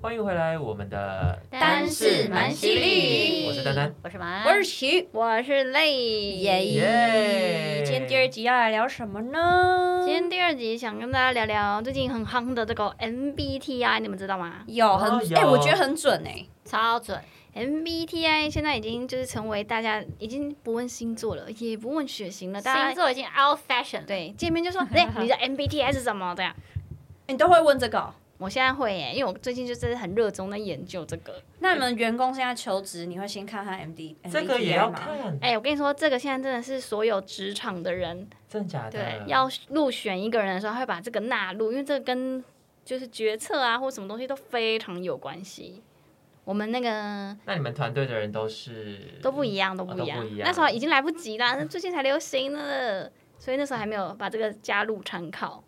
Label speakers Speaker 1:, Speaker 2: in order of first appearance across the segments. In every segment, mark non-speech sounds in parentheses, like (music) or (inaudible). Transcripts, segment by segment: Speaker 1: 欢迎回来，我们的
Speaker 2: 单是蛮犀利
Speaker 1: 我是丹丹，
Speaker 2: 我是蛮，
Speaker 3: 我是徐，
Speaker 2: 我是累耶
Speaker 1: 耶！
Speaker 3: 今天第二集要来聊什么呢？
Speaker 2: 今天第二集想跟大家聊聊最近很夯的这个 MBTI，你们知道吗？
Speaker 3: 有很
Speaker 1: 哦有
Speaker 3: 哎、我觉得很准哎、
Speaker 2: 超准！MBTI 现在已经就是成为大家已经不问星座了，也不问血型了，大
Speaker 4: 星
Speaker 2: 家
Speaker 4: 座已经 out fashion 了。
Speaker 2: 对见面就说：“哎、你的 MBTI 是什么？”这样。
Speaker 3: 你都会问这个哦、
Speaker 2: 我现在会耶，因为我最近就是很热衷在研究这个。
Speaker 3: 那你们员工现在求职，你会先看他 M D
Speaker 1: 这个也要
Speaker 3: 吗？
Speaker 1: 看，
Speaker 2: 哎、我跟你说，这个现在真的是所有职场的人
Speaker 1: 真假的？
Speaker 2: 对，要入选一个人的时候，他会把这个纳入，因为这个跟就是决策啊或什么东西都非常有关系。我们那个
Speaker 1: 那你们团队的人都是
Speaker 2: 都不一样，都
Speaker 1: 哦
Speaker 2: 不
Speaker 1: 都
Speaker 2: 一样，
Speaker 1: 不一样
Speaker 2: 那时候已经来不及啦，那最近才流行呢，所以那时候还没有把这个加入参考。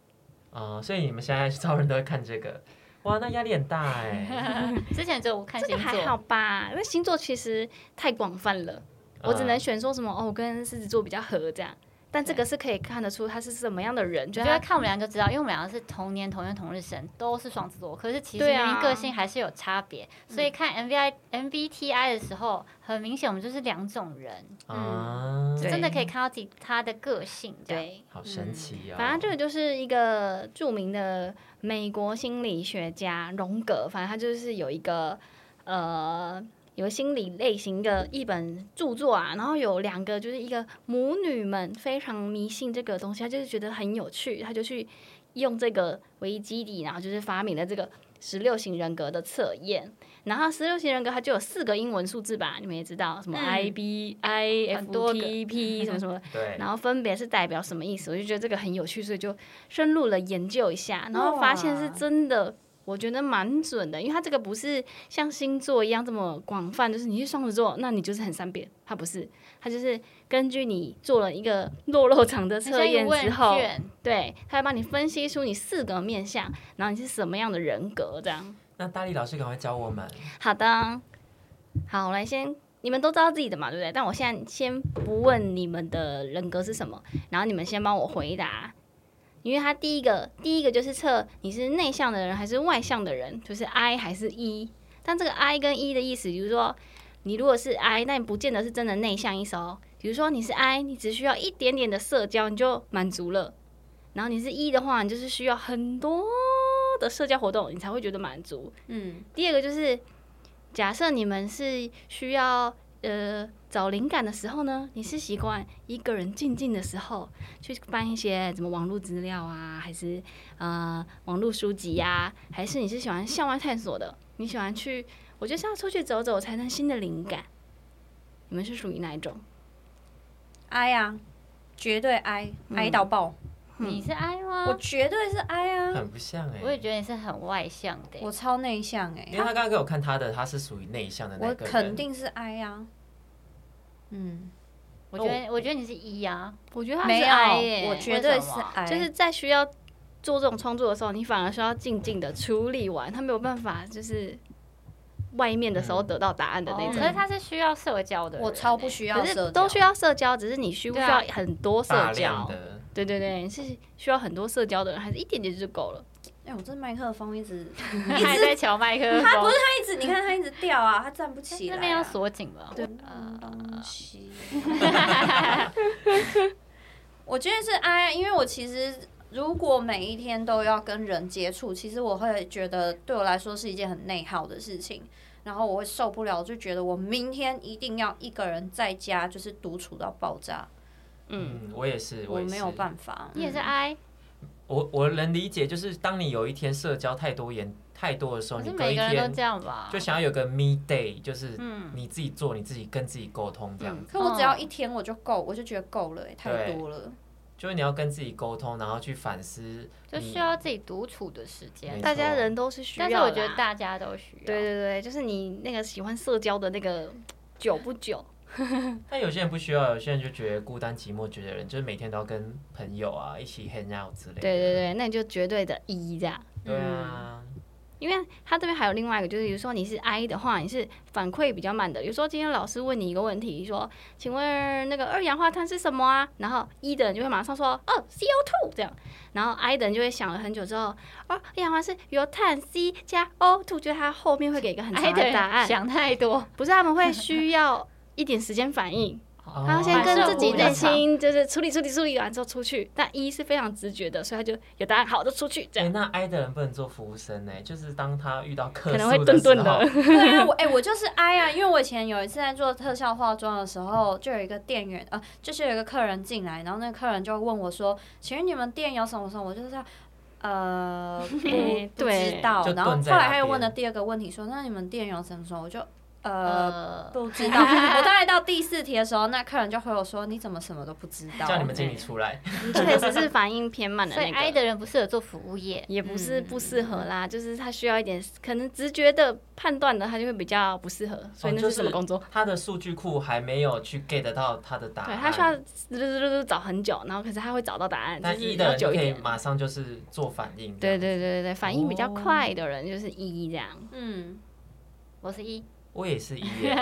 Speaker 1: 啊、所以你们现在招人都会看这个，哇，那压力很大哎、
Speaker 4: (laughs) 之前只有我看
Speaker 2: 这
Speaker 4: 星
Speaker 2: 个还好
Speaker 4: 座，
Speaker 2: 吧，因为星座其实太广泛了，我
Speaker 1: 嗯
Speaker 2: 只
Speaker 1: 啊
Speaker 2: 能选说什么哦，我跟狮子座比较合这样。但这个是可以看得出他是什么样的人，
Speaker 4: 觉
Speaker 2: 觉得
Speaker 4: 得
Speaker 2: 他
Speaker 4: 看我们俩就知道，因为我们两个是同年同月同日生，都是双子座，可是其实
Speaker 2: 对
Speaker 4: 明
Speaker 2: 啊嗯
Speaker 4: 明个性还是有差别。所以看 MBI MBTI 的时候，很明显我们就是两种人，
Speaker 1: 啊啊，
Speaker 3: 对
Speaker 4: 真的嗯可以看到自己他的个性这样。
Speaker 2: 对，
Speaker 1: 好神奇哦。
Speaker 4: 啊
Speaker 2: 反正这个就是一个著名的美国心理学家荣格，反正他就是有一个呃有心理类型的一本著作啊，然后有两个就是一个母女们非常迷信这个东西，他就是觉得很有趣，他就去用这个为基底，然后就是发明了这个十六型人格的测验。然后十六型人格它就有四个英文数字吧，你们也知道什么
Speaker 4: 嗯
Speaker 2: I B、I
Speaker 4: 很
Speaker 2: F
Speaker 4: 多个
Speaker 2: T P 什么什么
Speaker 1: 对，
Speaker 2: 然后分别是代表什么意思，我就觉得这个很有趣，所以就深入了研究一下，然后发现是真的，我觉得蛮准的，因为它这个不是像星座一样这么广泛，就是你是双子座，那你就是很三变，它不是，它就是根据你做了一个落肉场的
Speaker 4: 很
Speaker 2: 测
Speaker 4: 像一个
Speaker 2: 验
Speaker 4: 问
Speaker 2: 之后，
Speaker 4: 卷，
Speaker 2: 对，它会帮你分析出你四个面相，然后你是什么样的人格这样。
Speaker 1: 那大力老师赶快教我们，
Speaker 2: 好的，好，我来先，你们都知道自己的嘛，对不对？但我现在先不问你们的人格是什么，然后你们先帮我回答，因为他第一个，第一个就是测你是内向的人还是外向的人，就是 I 还是 E。但这个 I 跟 E 的意思，比如说你如果是 I，但你不见得是真的内向一手哦。比如说你是 I，你只需要一点点的社交你就满足了。然后你是 E 的话，你就是需要很多的社交活动，你才会觉得满足。
Speaker 3: 嗯，
Speaker 2: 第二个就是，假设你们是需要呃找灵感的时候呢，你是习惯一个人静静的时候去翻一些什么网络资料啊，还是呃网络书籍呀、还是你是喜欢向外探索的？你喜欢去，我就是要出去走走才能新的灵感。你们是属于哪一种？
Speaker 3: I 啊，绝对 I，I、I 到爆，
Speaker 2: 嗯
Speaker 4: 你是 I 吗
Speaker 3: 我？绝对是 I 啊，
Speaker 1: 很不像哎、
Speaker 4: 我也觉得你是很外向的欸，
Speaker 3: 我超内向哎、
Speaker 1: 因为他刚刚给我看他的，他是属于内向的那
Speaker 3: 我
Speaker 1: 个人，
Speaker 3: 肯定是 I 啊，嗯，
Speaker 4: 我觉得我觉得你是 E 啊，
Speaker 2: 我觉得他
Speaker 3: 没
Speaker 2: 是 I 耶、
Speaker 3: 有，我绝对
Speaker 4: 为
Speaker 3: 是
Speaker 4: 什么
Speaker 3: I，
Speaker 2: 就是在需要做这种创作的时候，你反而需要静静的处理完，他没有办法就是外面的时
Speaker 1: 嗯
Speaker 2: 候得到答案的那
Speaker 4: 哦
Speaker 2: 种。
Speaker 4: 可是他是需要社交的人欸，
Speaker 3: 我超不需要
Speaker 2: 可
Speaker 3: 社交，
Speaker 2: 是都需要社交，只是你需不需要
Speaker 4: 对啊
Speaker 2: 很多社
Speaker 1: 大量
Speaker 2: 交？
Speaker 1: 的，
Speaker 2: 对对对，你是需要很多社交的人，还是一点点就够了？
Speaker 3: 哎、我这麦克风一直，
Speaker 4: 还在瞧麦克风，
Speaker 3: 它不是它一直，你看它一直掉啊，它站不起来、啊。
Speaker 4: 那边要锁紧呃吧？
Speaker 3: 对
Speaker 1: 嗯
Speaker 3: 东西。 (laughs) 我觉得是 I，因为我其实如果每一天都要跟人接触，其实我会觉得对我来说是一件很内耗的事情，然后我会受不了，就觉得我明天一定要一个人在家就是独处到爆炸，
Speaker 2: 嗯，
Speaker 1: 嗯，我也是，
Speaker 3: 我
Speaker 1: 也
Speaker 3: 没有
Speaker 1: 是
Speaker 3: 办法。
Speaker 4: 你也是
Speaker 3: 嗯
Speaker 4: I，
Speaker 1: 我我能理解，就是当你有一天社交太多严太多的时候，
Speaker 4: 可
Speaker 1: 你
Speaker 4: 是
Speaker 1: 隔一
Speaker 4: 每个人
Speaker 1: 天
Speaker 4: 都这样吧？
Speaker 1: 就想要有个 me day，就是
Speaker 4: 嗯
Speaker 1: 你自己做，你自己跟自己沟通这样
Speaker 2: 嗯
Speaker 1: 子。
Speaker 3: 可我只要一天我就够，我就觉得够了、欸，太
Speaker 1: 对
Speaker 3: 多了。
Speaker 1: 就是你要跟自己沟通，然后去反思
Speaker 4: 就
Speaker 1: 你
Speaker 4: 需要自己独处的时间
Speaker 1: 嗯没，
Speaker 2: 大家
Speaker 1: 错
Speaker 2: 人都是需要
Speaker 4: 但
Speaker 2: 啦，
Speaker 4: 是我觉得大家都需要。(laughs)
Speaker 2: 对对对，就是你那个喜欢社交的那个久不久？
Speaker 1: 但有些人不需要，有些人就觉得孤单寂寞觉得人，就是每天都要跟朋友啊一起 hang out 之类的。
Speaker 2: E 对对对，那你就绝对的一这样。
Speaker 1: 对啊，
Speaker 2: 因为他这边还有另外一个，就是比如说你是 I 的话，你是反馈比较慢的。比如说今天老师问你一个问题，说：“请问那个二氧化碳是什么啊？”然后 E 的人就会马上说：“哦，CO2 这样。”然后 I 的人就会想了很久之后，哦，二氧化碳是由碳 C 加 O2，就是他后面会给一个很
Speaker 4: 爱
Speaker 2: 长
Speaker 4: 的
Speaker 2: 的
Speaker 4: 人
Speaker 2: 答案，
Speaker 4: 哎想太多，
Speaker 2: 不是他们会需要一点时间反应。
Speaker 1: 哦
Speaker 2: 他先跟自己内
Speaker 4: 认识
Speaker 2: 心就是处理处理处理完之后出去，但一是非常直觉的，所以他就有答案好就出去这
Speaker 1: 哎、
Speaker 2: 样。
Speaker 1: 那 I 的人不能做服务生呢、就是当他遇到客
Speaker 2: 可能
Speaker 1: 诉
Speaker 2: 会顿
Speaker 1: 时
Speaker 2: 顿
Speaker 1: 候，
Speaker 2: 的，
Speaker 3: 对啊，我哎、我就是 I 啊，因为我以前有一次在做特效化妆的时候，就有一个店员呃，就是有一个客人进来，然后那个客人就问我说：“请问你们店有什么什么？”我就是要呃，
Speaker 2: (laughs)
Speaker 3: 不
Speaker 2: 哎
Speaker 3: 不
Speaker 2: 对
Speaker 3: 知道
Speaker 1: 就。
Speaker 3: 然后
Speaker 1: 蹲在
Speaker 3: 后来
Speaker 1: 那
Speaker 3: 他又
Speaker 1: 边
Speaker 3: 问了第二个问题，说：“那你们店有什么什么？”我就呃。
Speaker 4: 呃，
Speaker 3: 不
Speaker 2: (laughs)
Speaker 3: 知道，我大概到第四题的时候，那客人就回我说：“你怎么什么都不知道？”
Speaker 1: 叫
Speaker 2: 嗯
Speaker 1: 你们经理出来。
Speaker 2: (laughs) 确实是反应偏慢的
Speaker 4: 所以
Speaker 2: 那
Speaker 4: I
Speaker 2: 个。
Speaker 4: 的人不适合做服务业，
Speaker 2: 也不是不适合啦，就是他需要一点可能直觉的判断的，他就会比较不适合。所以那
Speaker 1: 就是
Speaker 2: 什么工作？
Speaker 1: 他的数据库还没有去 get 到他的答
Speaker 2: 对
Speaker 1: 案，
Speaker 2: 他需要嘟嘟嘟嘟找很久，然后可是他会找到答案，就
Speaker 1: 但
Speaker 2: 是
Speaker 1: 一的
Speaker 2: 要
Speaker 1: 人就
Speaker 2: 久一
Speaker 1: 可以
Speaker 2: 点。
Speaker 1: 马上就是做反应。
Speaker 2: 对
Speaker 1: 这样，
Speaker 2: 对对对对，反应比较快的人就是一这样，
Speaker 3: 嗯，
Speaker 4: 我是一，
Speaker 1: 我也是一
Speaker 2: (laughs)
Speaker 1: 耶，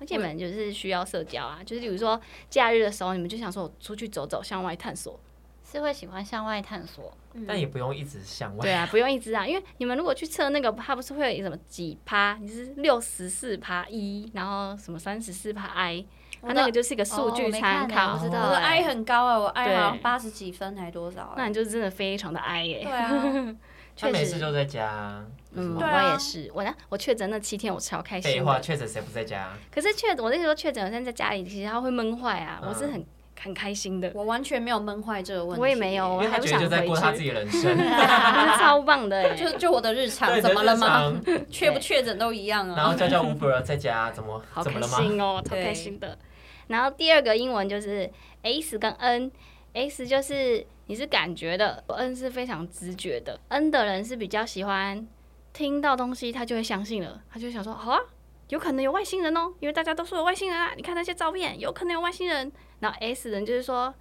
Speaker 2: 而且你们就是需要社交啊，就是比如说假日的时候，你们就想说我出去走走，向外探索，
Speaker 4: 是会喜欢向外探索，
Speaker 3: 嗯
Speaker 1: 但也不用一直向外。
Speaker 2: 对啊，不用一直啊，因为你们如果去测那个，它不是会有什么几趴，你是六十四趴一，然后什么三十四趴 i，它
Speaker 3: 我
Speaker 2: 那
Speaker 3: 的
Speaker 2: 个就是一个数
Speaker 4: 哦
Speaker 2: 据
Speaker 4: 我没看
Speaker 2: 参
Speaker 4: 欸
Speaker 2: 考。
Speaker 4: 我不知
Speaker 3: 我
Speaker 4: 道
Speaker 3: 的
Speaker 4: 欸
Speaker 3: I 很高啊，我 I 好像
Speaker 2: 对
Speaker 3: 八十几分还多少啊？
Speaker 2: 那你就真的非常的 i 耶、
Speaker 3: 对啊，
Speaker 1: 他
Speaker 2: 确
Speaker 1: 每次
Speaker 2: 实。
Speaker 1: 就在家，
Speaker 2: 嗯，
Speaker 1: 是
Speaker 3: 对
Speaker 1: 吗
Speaker 3: 啊
Speaker 2: 我也是，我呢，我确诊那七天我超开
Speaker 1: 废
Speaker 2: 心
Speaker 1: 话，
Speaker 2: 的。
Speaker 1: 确诊谁不在家？
Speaker 2: 可是确，我那时候确诊，我现在在家里，其实他会闷坏啊，我是
Speaker 1: 嗯
Speaker 2: 很很开心的， (laughs)
Speaker 3: 我完全没有闷坏这个问题，
Speaker 2: 我也没有，
Speaker 1: 因
Speaker 2: 我
Speaker 1: 为他
Speaker 2: 还不
Speaker 1: 觉得
Speaker 2: 想
Speaker 1: 就在
Speaker 2: 回
Speaker 1: 过他自
Speaker 2: 去，
Speaker 1: 己的人生。
Speaker 2: (laughs) 超棒的耶、
Speaker 3: 就就我的日常
Speaker 1: 对
Speaker 3: 怎么了？吗？
Speaker 1: 你的日
Speaker 3: (laughs) 确不确诊都一样
Speaker 1: 常然后
Speaker 3: 啊。
Speaker 1: 叫叫 Uber 在家，怎么
Speaker 2: 嗯好
Speaker 1: 怎么
Speaker 2: 开
Speaker 1: 了吗？
Speaker 2: 心哦，超
Speaker 3: 对
Speaker 2: 开心的。然后第二个英文就是 S 跟 N，S 就是你是感觉的，N 是非常直觉的。N 的人是比较喜欢听到东西，他就会相信了，他就会想说好啊，有可能有外星人哦，因为大家都说有外星人啊，你看那些照片，有可能有外星人。然后 S 人就是说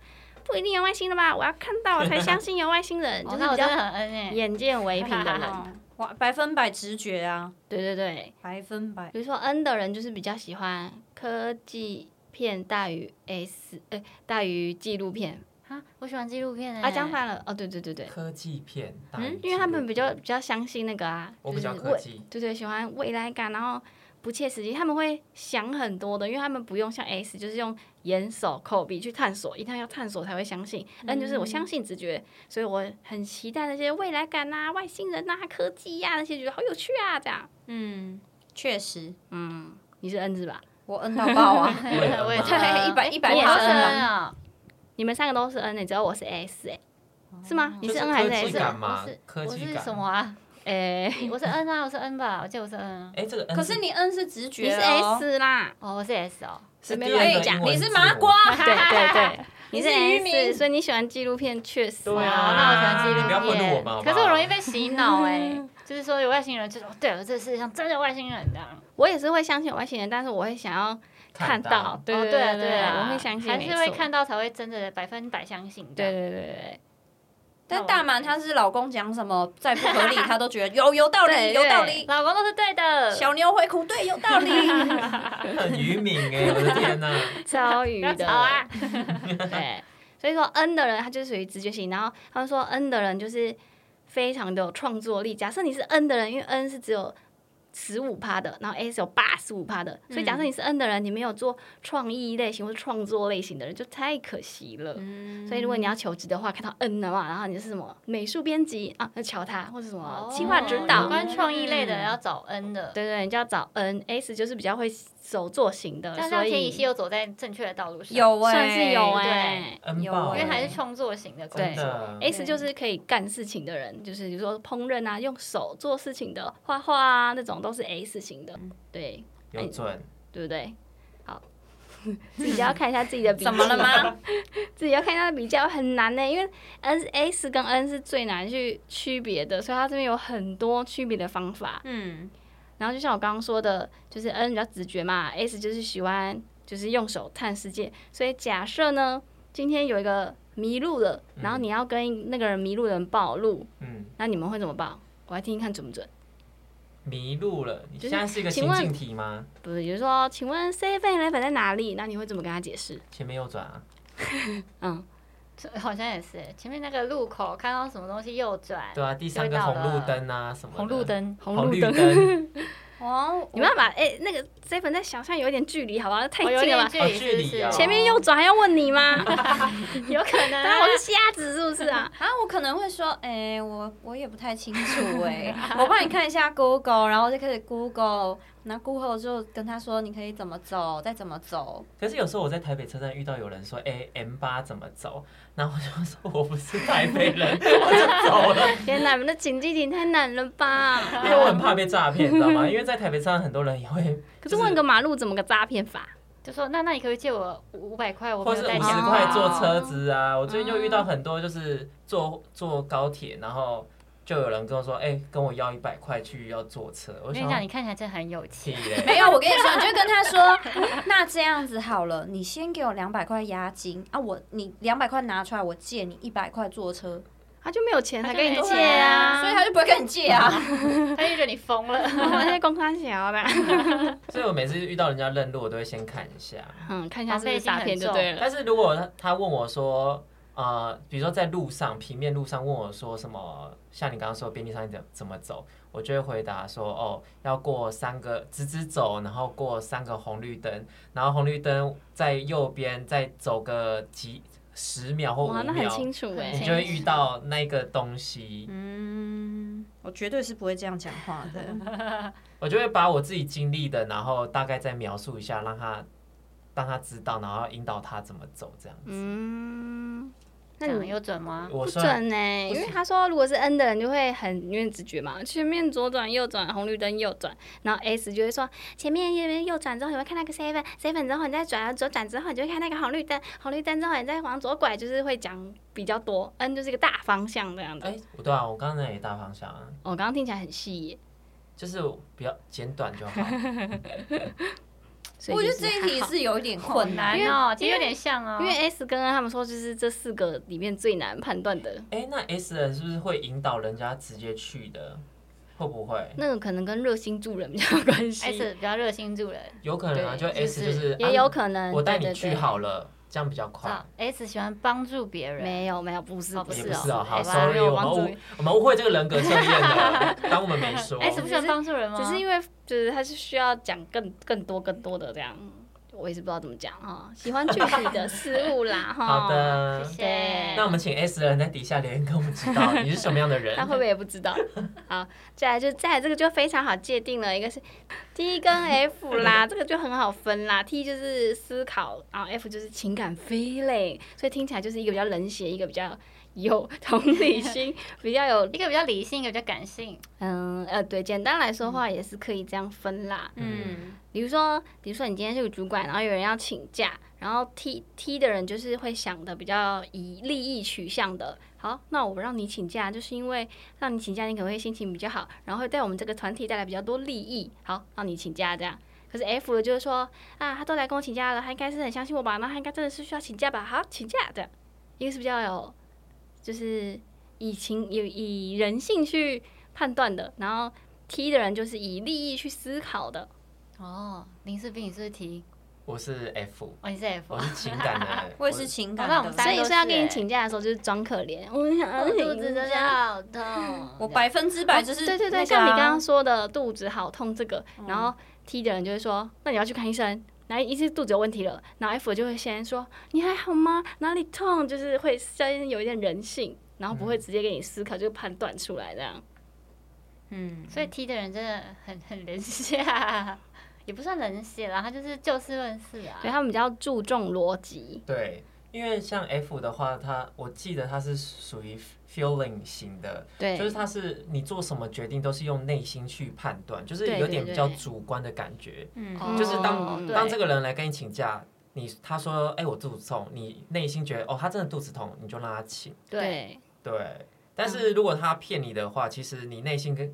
Speaker 2: 不一定有外星人吧，我要看到我才相信有外星人，
Speaker 4: 哦
Speaker 2: 就是
Speaker 4: 那
Speaker 2: 比
Speaker 4: 我真的
Speaker 2: 较
Speaker 4: 很恩哎，
Speaker 2: 眼见为凭
Speaker 4: (laughs)
Speaker 2: 的人。
Speaker 3: 嗯哇，百分百直觉啊，
Speaker 2: 对对对，
Speaker 3: 百分百。
Speaker 2: 比如说 N 的人就是比较喜欢科技片大于 S，呃，大于纪录片
Speaker 4: 啊，我喜欢纪录片哎，
Speaker 2: 啊，讲反了哦，对对对对，
Speaker 1: 科技片，嗯大于
Speaker 2: 嗯，因为他们比较比较相信那个啊，
Speaker 1: 我比较
Speaker 2: 就是
Speaker 1: 科
Speaker 2: 未 (laughs)
Speaker 1: 技，
Speaker 2: 对对，喜欢未来感，然后不切实际，他们会想很多的，因为他们不用像 S 就是用眼手口鼻去探索，一定要探索才会相信
Speaker 1: 嗯
Speaker 2: ，N 就是我相信直觉，所以我很期待那些未来感呐、外星人呐、科技呀、那些，觉得好有趣啊，这样，
Speaker 3: 嗯，确实，
Speaker 2: 嗯，你是 N 字吧？
Speaker 3: 我摁到爆啊！
Speaker 1: 我
Speaker 2: (laughs)
Speaker 1: 也
Speaker 4: 我也
Speaker 1: 很忙
Speaker 4: 对
Speaker 3: (laughs) 对，一百一百
Speaker 2: 你也
Speaker 3: 趴
Speaker 2: 是
Speaker 3: 分
Speaker 2: 啊
Speaker 3: 啊。
Speaker 4: 啊，
Speaker 2: 你们三个都是 N，、欸、只有我是 S 哎、
Speaker 4: 哦
Speaker 2: 是吗？你
Speaker 1: 就是是
Speaker 2: N 还是
Speaker 1: 科技
Speaker 2: S？
Speaker 1: 感嘛
Speaker 4: 我是，
Speaker 1: 科
Speaker 4: 我
Speaker 1: 技
Speaker 4: 是
Speaker 1: 感
Speaker 4: 什么啊？ (laughs)
Speaker 2: 哎、
Speaker 4: 我是 N 啊，我是 N 吧，我记得我是 N 啊。
Speaker 1: 哎，这个 N
Speaker 3: 可是你摁是直
Speaker 2: 你
Speaker 3: 觉
Speaker 2: 是
Speaker 3: 哦，
Speaker 2: S 啦，
Speaker 4: 哦，我是 S 哦，
Speaker 1: 是第
Speaker 2: 没
Speaker 1: 二
Speaker 2: 有
Speaker 1: 个
Speaker 2: 人
Speaker 1: 英
Speaker 2: 讲
Speaker 1: 文
Speaker 3: 你是
Speaker 1: 字
Speaker 3: 麻
Speaker 1: 母
Speaker 3: 瓜，
Speaker 2: 对对对，你是
Speaker 3: 你是渔
Speaker 2: S，
Speaker 3: 民
Speaker 2: 所以你喜欢纪录片，确实。
Speaker 1: 对
Speaker 4: (laughs) 哦
Speaker 1: 啊
Speaker 4: 那我喜欢纪
Speaker 1: 你
Speaker 4: 录片。
Speaker 1: 不要混入我们好不
Speaker 4: 可
Speaker 1: 好
Speaker 4: 是我容易被洗脑
Speaker 2: (laughs)
Speaker 4: 哎，就是说有外星人，就是哦对，我这世界上真的有外星人这样。
Speaker 2: 我也是会相信有外星人，但是我会想要看到，
Speaker 1: 到。
Speaker 2: 对
Speaker 4: 哦
Speaker 2: 对
Speaker 4: 对
Speaker 2: 对
Speaker 4: 啊
Speaker 2: 我会相信，
Speaker 4: 还是会
Speaker 2: 没错，
Speaker 4: 看到才会真的百分百相信。
Speaker 2: 对，对对对
Speaker 3: 但大满她是老公讲什么再不合理，她都觉得有有道理，
Speaker 2: 对
Speaker 3: 有道
Speaker 2: 对
Speaker 3: 理。
Speaker 4: 老公都是对的。
Speaker 3: 小妞会哭，对，有道 (laughs) 理。
Speaker 1: 很愚民哎，我的天
Speaker 2: (laughs)
Speaker 1: 哪！
Speaker 2: 对，超鱼
Speaker 4: (laughs) 不要
Speaker 2: 的，
Speaker 4: 吵啊！ (laughs)
Speaker 2: 对，所以说 N 的人他就是属于直觉型，然后他们说 N 的人就是非常的有创作力。假设你是 N 的人，因为 N 是只有十五趴的，然后 S 有八十五趴的，
Speaker 4: 嗯
Speaker 2: 所以假设你是 N 的人，你没有做创意类型或是创作类型的人，就太可惜了。
Speaker 4: 嗯
Speaker 2: 所以如果你要求职的话，看到 N 的话，然后你是什么美术编辑啊，要瞧他，或者什么企划指
Speaker 4: 哦有
Speaker 2: 导，
Speaker 4: 关创意类的要找 N 的，
Speaker 2: 对对，你就要找 N S 就是比较会手作型的，
Speaker 4: 但
Speaker 2: 所
Speaker 4: 像天乙系
Speaker 2: 以
Speaker 4: 又走在正确的道路上，
Speaker 3: 有哎，
Speaker 2: 算是有哎、
Speaker 1: 恩
Speaker 3: 有
Speaker 1: 爆
Speaker 4: 因
Speaker 1: 哎，
Speaker 4: 为还是创作型的工
Speaker 1: 真
Speaker 2: 对哎
Speaker 4: 作。
Speaker 1: 的
Speaker 2: S
Speaker 3: 对
Speaker 2: 就是可以干事情的人，就是比如说烹饪啊，用手做事情的，画画啊那种都是 S 型的，
Speaker 3: 嗯
Speaker 2: 对
Speaker 1: 有准。
Speaker 2: 对不对？
Speaker 3: (laughs)
Speaker 2: 好，自己要看一下自己的笔记。
Speaker 3: 怎么了？吗？
Speaker 2: (laughs) 自己要看一下笔记很难呢、因为 N S 跟 N 是最难去区别的，所以它这边有很多区别的方法。
Speaker 3: 嗯，
Speaker 2: 然后就像我刚刚说的，就是 N 比较直觉嘛，S 就是喜欢就是用手探世界。所以假设呢，今天有一个迷路了，
Speaker 3: 嗯
Speaker 2: 然后你要跟那个人迷路的人暴露，
Speaker 1: 嗯，
Speaker 2: 那你们会怎么报？我来听听看准不准。
Speaker 1: 迷路了，你
Speaker 2: 就是
Speaker 1: 现在是一个
Speaker 2: 请
Speaker 1: 情
Speaker 2: 问
Speaker 1: 境题吗？
Speaker 2: 不是，比如说，请问 seven eleven 在哪里？那你会怎么跟他解释？
Speaker 1: 前面右转啊，
Speaker 2: 嗯，
Speaker 4: 这好像也是欸前面那个路口看到什么东西右转，
Speaker 1: 对啊，第三
Speaker 4: 就
Speaker 1: 个
Speaker 4: 会到
Speaker 1: 红路
Speaker 4: 了
Speaker 1: 灯啊什么的，
Speaker 4: 红路灯，
Speaker 2: 红
Speaker 1: 红
Speaker 2: 路
Speaker 1: 绿
Speaker 2: 灯。 (laughs)
Speaker 1: 灯，
Speaker 3: 哦，
Speaker 2: 你们要把哎、那个 seven 在想象有点距离，好不好？太
Speaker 4: 哦有
Speaker 2: 近了
Speaker 4: 点
Speaker 2: 吧？
Speaker 1: 哦
Speaker 4: 距离是
Speaker 1: 距
Speaker 4: 不
Speaker 1: 离哦
Speaker 4: 是？
Speaker 2: 前面右转还要问你 (laughs) 吗？
Speaker 4: (laughs) 有可能
Speaker 2: 当然我
Speaker 4: 啊，
Speaker 2: 是瞎子，是不是啊？
Speaker 3: (laughs) 啊，我可能会说，哎、我我也不太清楚哎、我帮你看一下 Google，然后就开始 Google，那 Google 就跟他说你可以怎么走，再怎么走。
Speaker 1: 可是有时候我在台北车站遇到有人说，哎、m 八怎么走？然后我就说我不是台北人，我就走
Speaker 2: (laughs)
Speaker 1: 了，
Speaker 2: 天哪，你们的情境题太难了吧？ (laughs)
Speaker 1: 因为我很怕被诈骗，你知道吗？因为在台北车站很多人也会，
Speaker 2: 可是问个马路怎么个诈骗法？
Speaker 4: 就说那那你可不可以借我五百块？我
Speaker 1: 或
Speaker 4: 没
Speaker 1: 是
Speaker 4: 有
Speaker 1: 五
Speaker 4: 带
Speaker 1: 十
Speaker 4: 钱包
Speaker 1: 块坐车子啊。我最近就遇
Speaker 2: 哦
Speaker 1: 到很多，就是坐坐高铁，然后就有人跟我说，哎、跟我要一百块去要坐车。我
Speaker 4: 我跟
Speaker 1: 想
Speaker 4: 你讲，
Speaker 1: 说
Speaker 4: 你看起来真的很有
Speaker 1: 屁
Speaker 4: 钱。
Speaker 1: (laughs) 嘞，
Speaker 3: 没
Speaker 2: (laughs)
Speaker 3: 有，我跟你说，你就跟他说，那这样子好了，你先给我两百块押金啊，我你两百块拿出来，我借你一百块坐车，
Speaker 2: 他就没有钱才
Speaker 4: 他就
Speaker 2: 跟你
Speaker 4: 没
Speaker 2: 借
Speaker 4: 钱
Speaker 2: 啊，
Speaker 4: 啊
Speaker 3: 所以他就不会跟你借啊。 (laughs)
Speaker 4: 他就觉得你疯了。
Speaker 2: 我 (laughs) 在公开小吧，
Speaker 1: 所以我每次遇到人家认路，我都会先看一下。
Speaker 2: 嗯，看一下是不是诈骗就对了。
Speaker 1: 但是如果他他问我说，呃，比如说在路上平面路上问我说什么，像你刚刚说便利商店怎怎么走，我就会回答说，哦，要过三个直直走，然后过三个红绿灯，然后红绿灯在右边再走个几十秒或五
Speaker 2: 哇，那很
Speaker 1: 秒，
Speaker 2: 清楚哎、
Speaker 1: 你就会遇到那个东西。
Speaker 3: 嗯，我绝对是不会这样讲话的。
Speaker 1: 我就会把我自己经历的，然后大概再描述一下，让他让他知道，然后引导他怎么走这样子。
Speaker 2: 嗯，那
Speaker 4: 那你
Speaker 2: 你
Speaker 4: 有准吗？
Speaker 1: 我
Speaker 2: 不
Speaker 1: 虽然
Speaker 2: 准呢、欸
Speaker 1: 不
Speaker 2: 因
Speaker 1: 是
Speaker 2: 为他说如果是 N 的人就会很因为直觉嘛，前面左转右转红绿灯右转，然后 S 就会说前面右边右转之后你会看那个 seven seven 之后你再转左转之后你就会看那个红绿灯，红绿灯之后你再往左拐，就是会讲比较多，N 就是一个大方向这样子。
Speaker 1: 哎、不对啊，我刚刚那也大方向啊。
Speaker 2: 我刚刚听起来很细耶，
Speaker 1: 就是比较简短就好。 (laughs)
Speaker 2: 所以
Speaker 3: 我觉得
Speaker 2: 就是
Speaker 3: 这一
Speaker 2: 还
Speaker 3: 题
Speaker 2: 好
Speaker 3: 是有一点
Speaker 4: 很
Speaker 3: 困难
Speaker 4: 难
Speaker 2: 因。为
Speaker 4: 哦，其实有点像哦，
Speaker 2: 因为 S 跟 N 他们说，就是这四个里面最难判断的，
Speaker 1: 哎、那 S 人是不是会引导人家直接去的？会不会？
Speaker 2: 那个可能跟热心助人比较有关系
Speaker 4: S 比较热心助人，
Speaker 1: 有可能啊，就
Speaker 4: 对
Speaker 1: S 就
Speaker 4: 就是
Speaker 1: 是
Speaker 2: 也
Speaker 1: 啊
Speaker 2: 有可能。
Speaker 1: 我带
Speaker 2: 对
Speaker 1: 你
Speaker 2: 对
Speaker 1: 去
Speaker 2: 对
Speaker 1: 好了，这样比较快
Speaker 4: 啊。S 喜欢帮助别人，
Speaker 2: 没有没有，不是
Speaker 4: 哦
Speaker 1: 也
Speaker 4: 不
Speaker 1: 不是
Speaker 4: 哦
Speaker 1: 哦，好
Speaker 4: 哎
Speaker 1: ，sorry，
Speaker 2: 没有
Speaker 1: 我们
Speaker 2: 帮助
Speaker 1: 误我们误会这个人格测验了，当我们没
Speaker 4: (laughs)
Speaker 1: 说。
Speaker 4: S 不喜欢帮助人吗？
Speaker 2: 只是因为就是他是需要讲更更多更多的这样，我也是不知道怎么讲哈。喜欢具体的事物
Speaker 1: (laughs)
Speaker 2: 啦哈。
Speaker 1: 好，的，
Speaker 4: 哦谢
Speaker 2: 对
Speaker 4: 谢。
Speaker 1: 那我们请 S 人在底下留言，跟我们知道你是什么样的人
Speaker 2: (laughs) 他。会不会也不知道？好，再来就再来这个就非常好界定了，一个是 T 跟 F
Speaker 1: (laughs)
Speaker 2: 啦，这个就很好分啦。T 就是思考，然后 F 就是情感飞类，所以听起来就是一个比较冷血，一个比较有同理心，比较有
Speaker 4: 一个比较理性，一个比较感性，
Speaker 2: 嗯呃对，简单来说话也是可以这样分啦。
Speaker 1: 嗯
Speaker 3: 嗯，
Speaker 2: 比如说，比如说你今天是个主管，然后有人要请假，然后 T T 的人就是会想的比较以利益取向的。好，那我让你请假，就是因为让你请假，你可能会心情比较好，然后会对我们这个团体带来比较多利益。好，让你请假这样。可是 F 的就是说啊，他都来跟我请假了，他应该是很相信我吧？那他应该真的是需要请假吧？好，请假这样。一个是比较有，就是以情有以人性去判断的，然后 T 的人就是以利益去思考的。
Speaker 4: 哦，林世斌，你是不是提？
Speaker 1: 我是 F，
Speaker 4: 哦，你是 F，
Speaker 1: 我是情感的，
Speaker 3: (laughs) 我也是情感
Speaker 4: 好那我们
Speaker 3: 的
Speaker 4: 三
Speaker 2: 所
Speaker 4: 大家都
Speaker 2: 以所以要
Speaker 4: 是
Speaker 2: 跟你
Speaker 4: 欸
Speaker 2: 请假的时候，就是装可怜，哎我想
Speaker 4: 我肚子真的好痛，
Speaker 3: 我百分之百就是、
Speaker 2: 哦
Speaker 3: 啊
Speaker 2: 对对对，像你刚刚，说的肚子好痛这个，然后 T 的人就会说，那你要去看医生。然后一是肚子有问题了，然后 F 就会先说你还好吗？哪里痛？就是会先有一点人性，然后不会直接给你思考就判断出来这样。
Speaker 3: 嗯，
Speaker 4: 所以 T 的人真的很很冷血啊， (laughs) 也不算冷血啦，他就是就事论事啊
Speaker 2: 所以。他们比较注重逻辑，
Speaker 1: 对，因为像 F 的话，他我记得他是属于 feeling 型的，
Speaker 2: 对
Speaker 1: 就是它是你做什么决定都是用内心去判断，就是
Speaker 2: 对
Speaker 1: 有
Speaker 2: 对
Speaker 1: 点
Speaker 2: 对
Speaker 1: 比较主观的感觉。
Speaker 3: 嗯
Speaker 4: 哦
Speaker 1: 就是
Speaker 2: 嗯
Speaker 1: 当
Speaker 4: 对
Speaker 1: 当这个人来跟你请假，你他说哎、我肚子痛，你内心觉得哦他真的肚子痛，你就让他请。
Speaker 4: 对，
Speaker 2: 对
Speaker 1: 对，但
Speaker 4: 嗯
Speaker 1: 是如果他骗你的话，其实你内心跟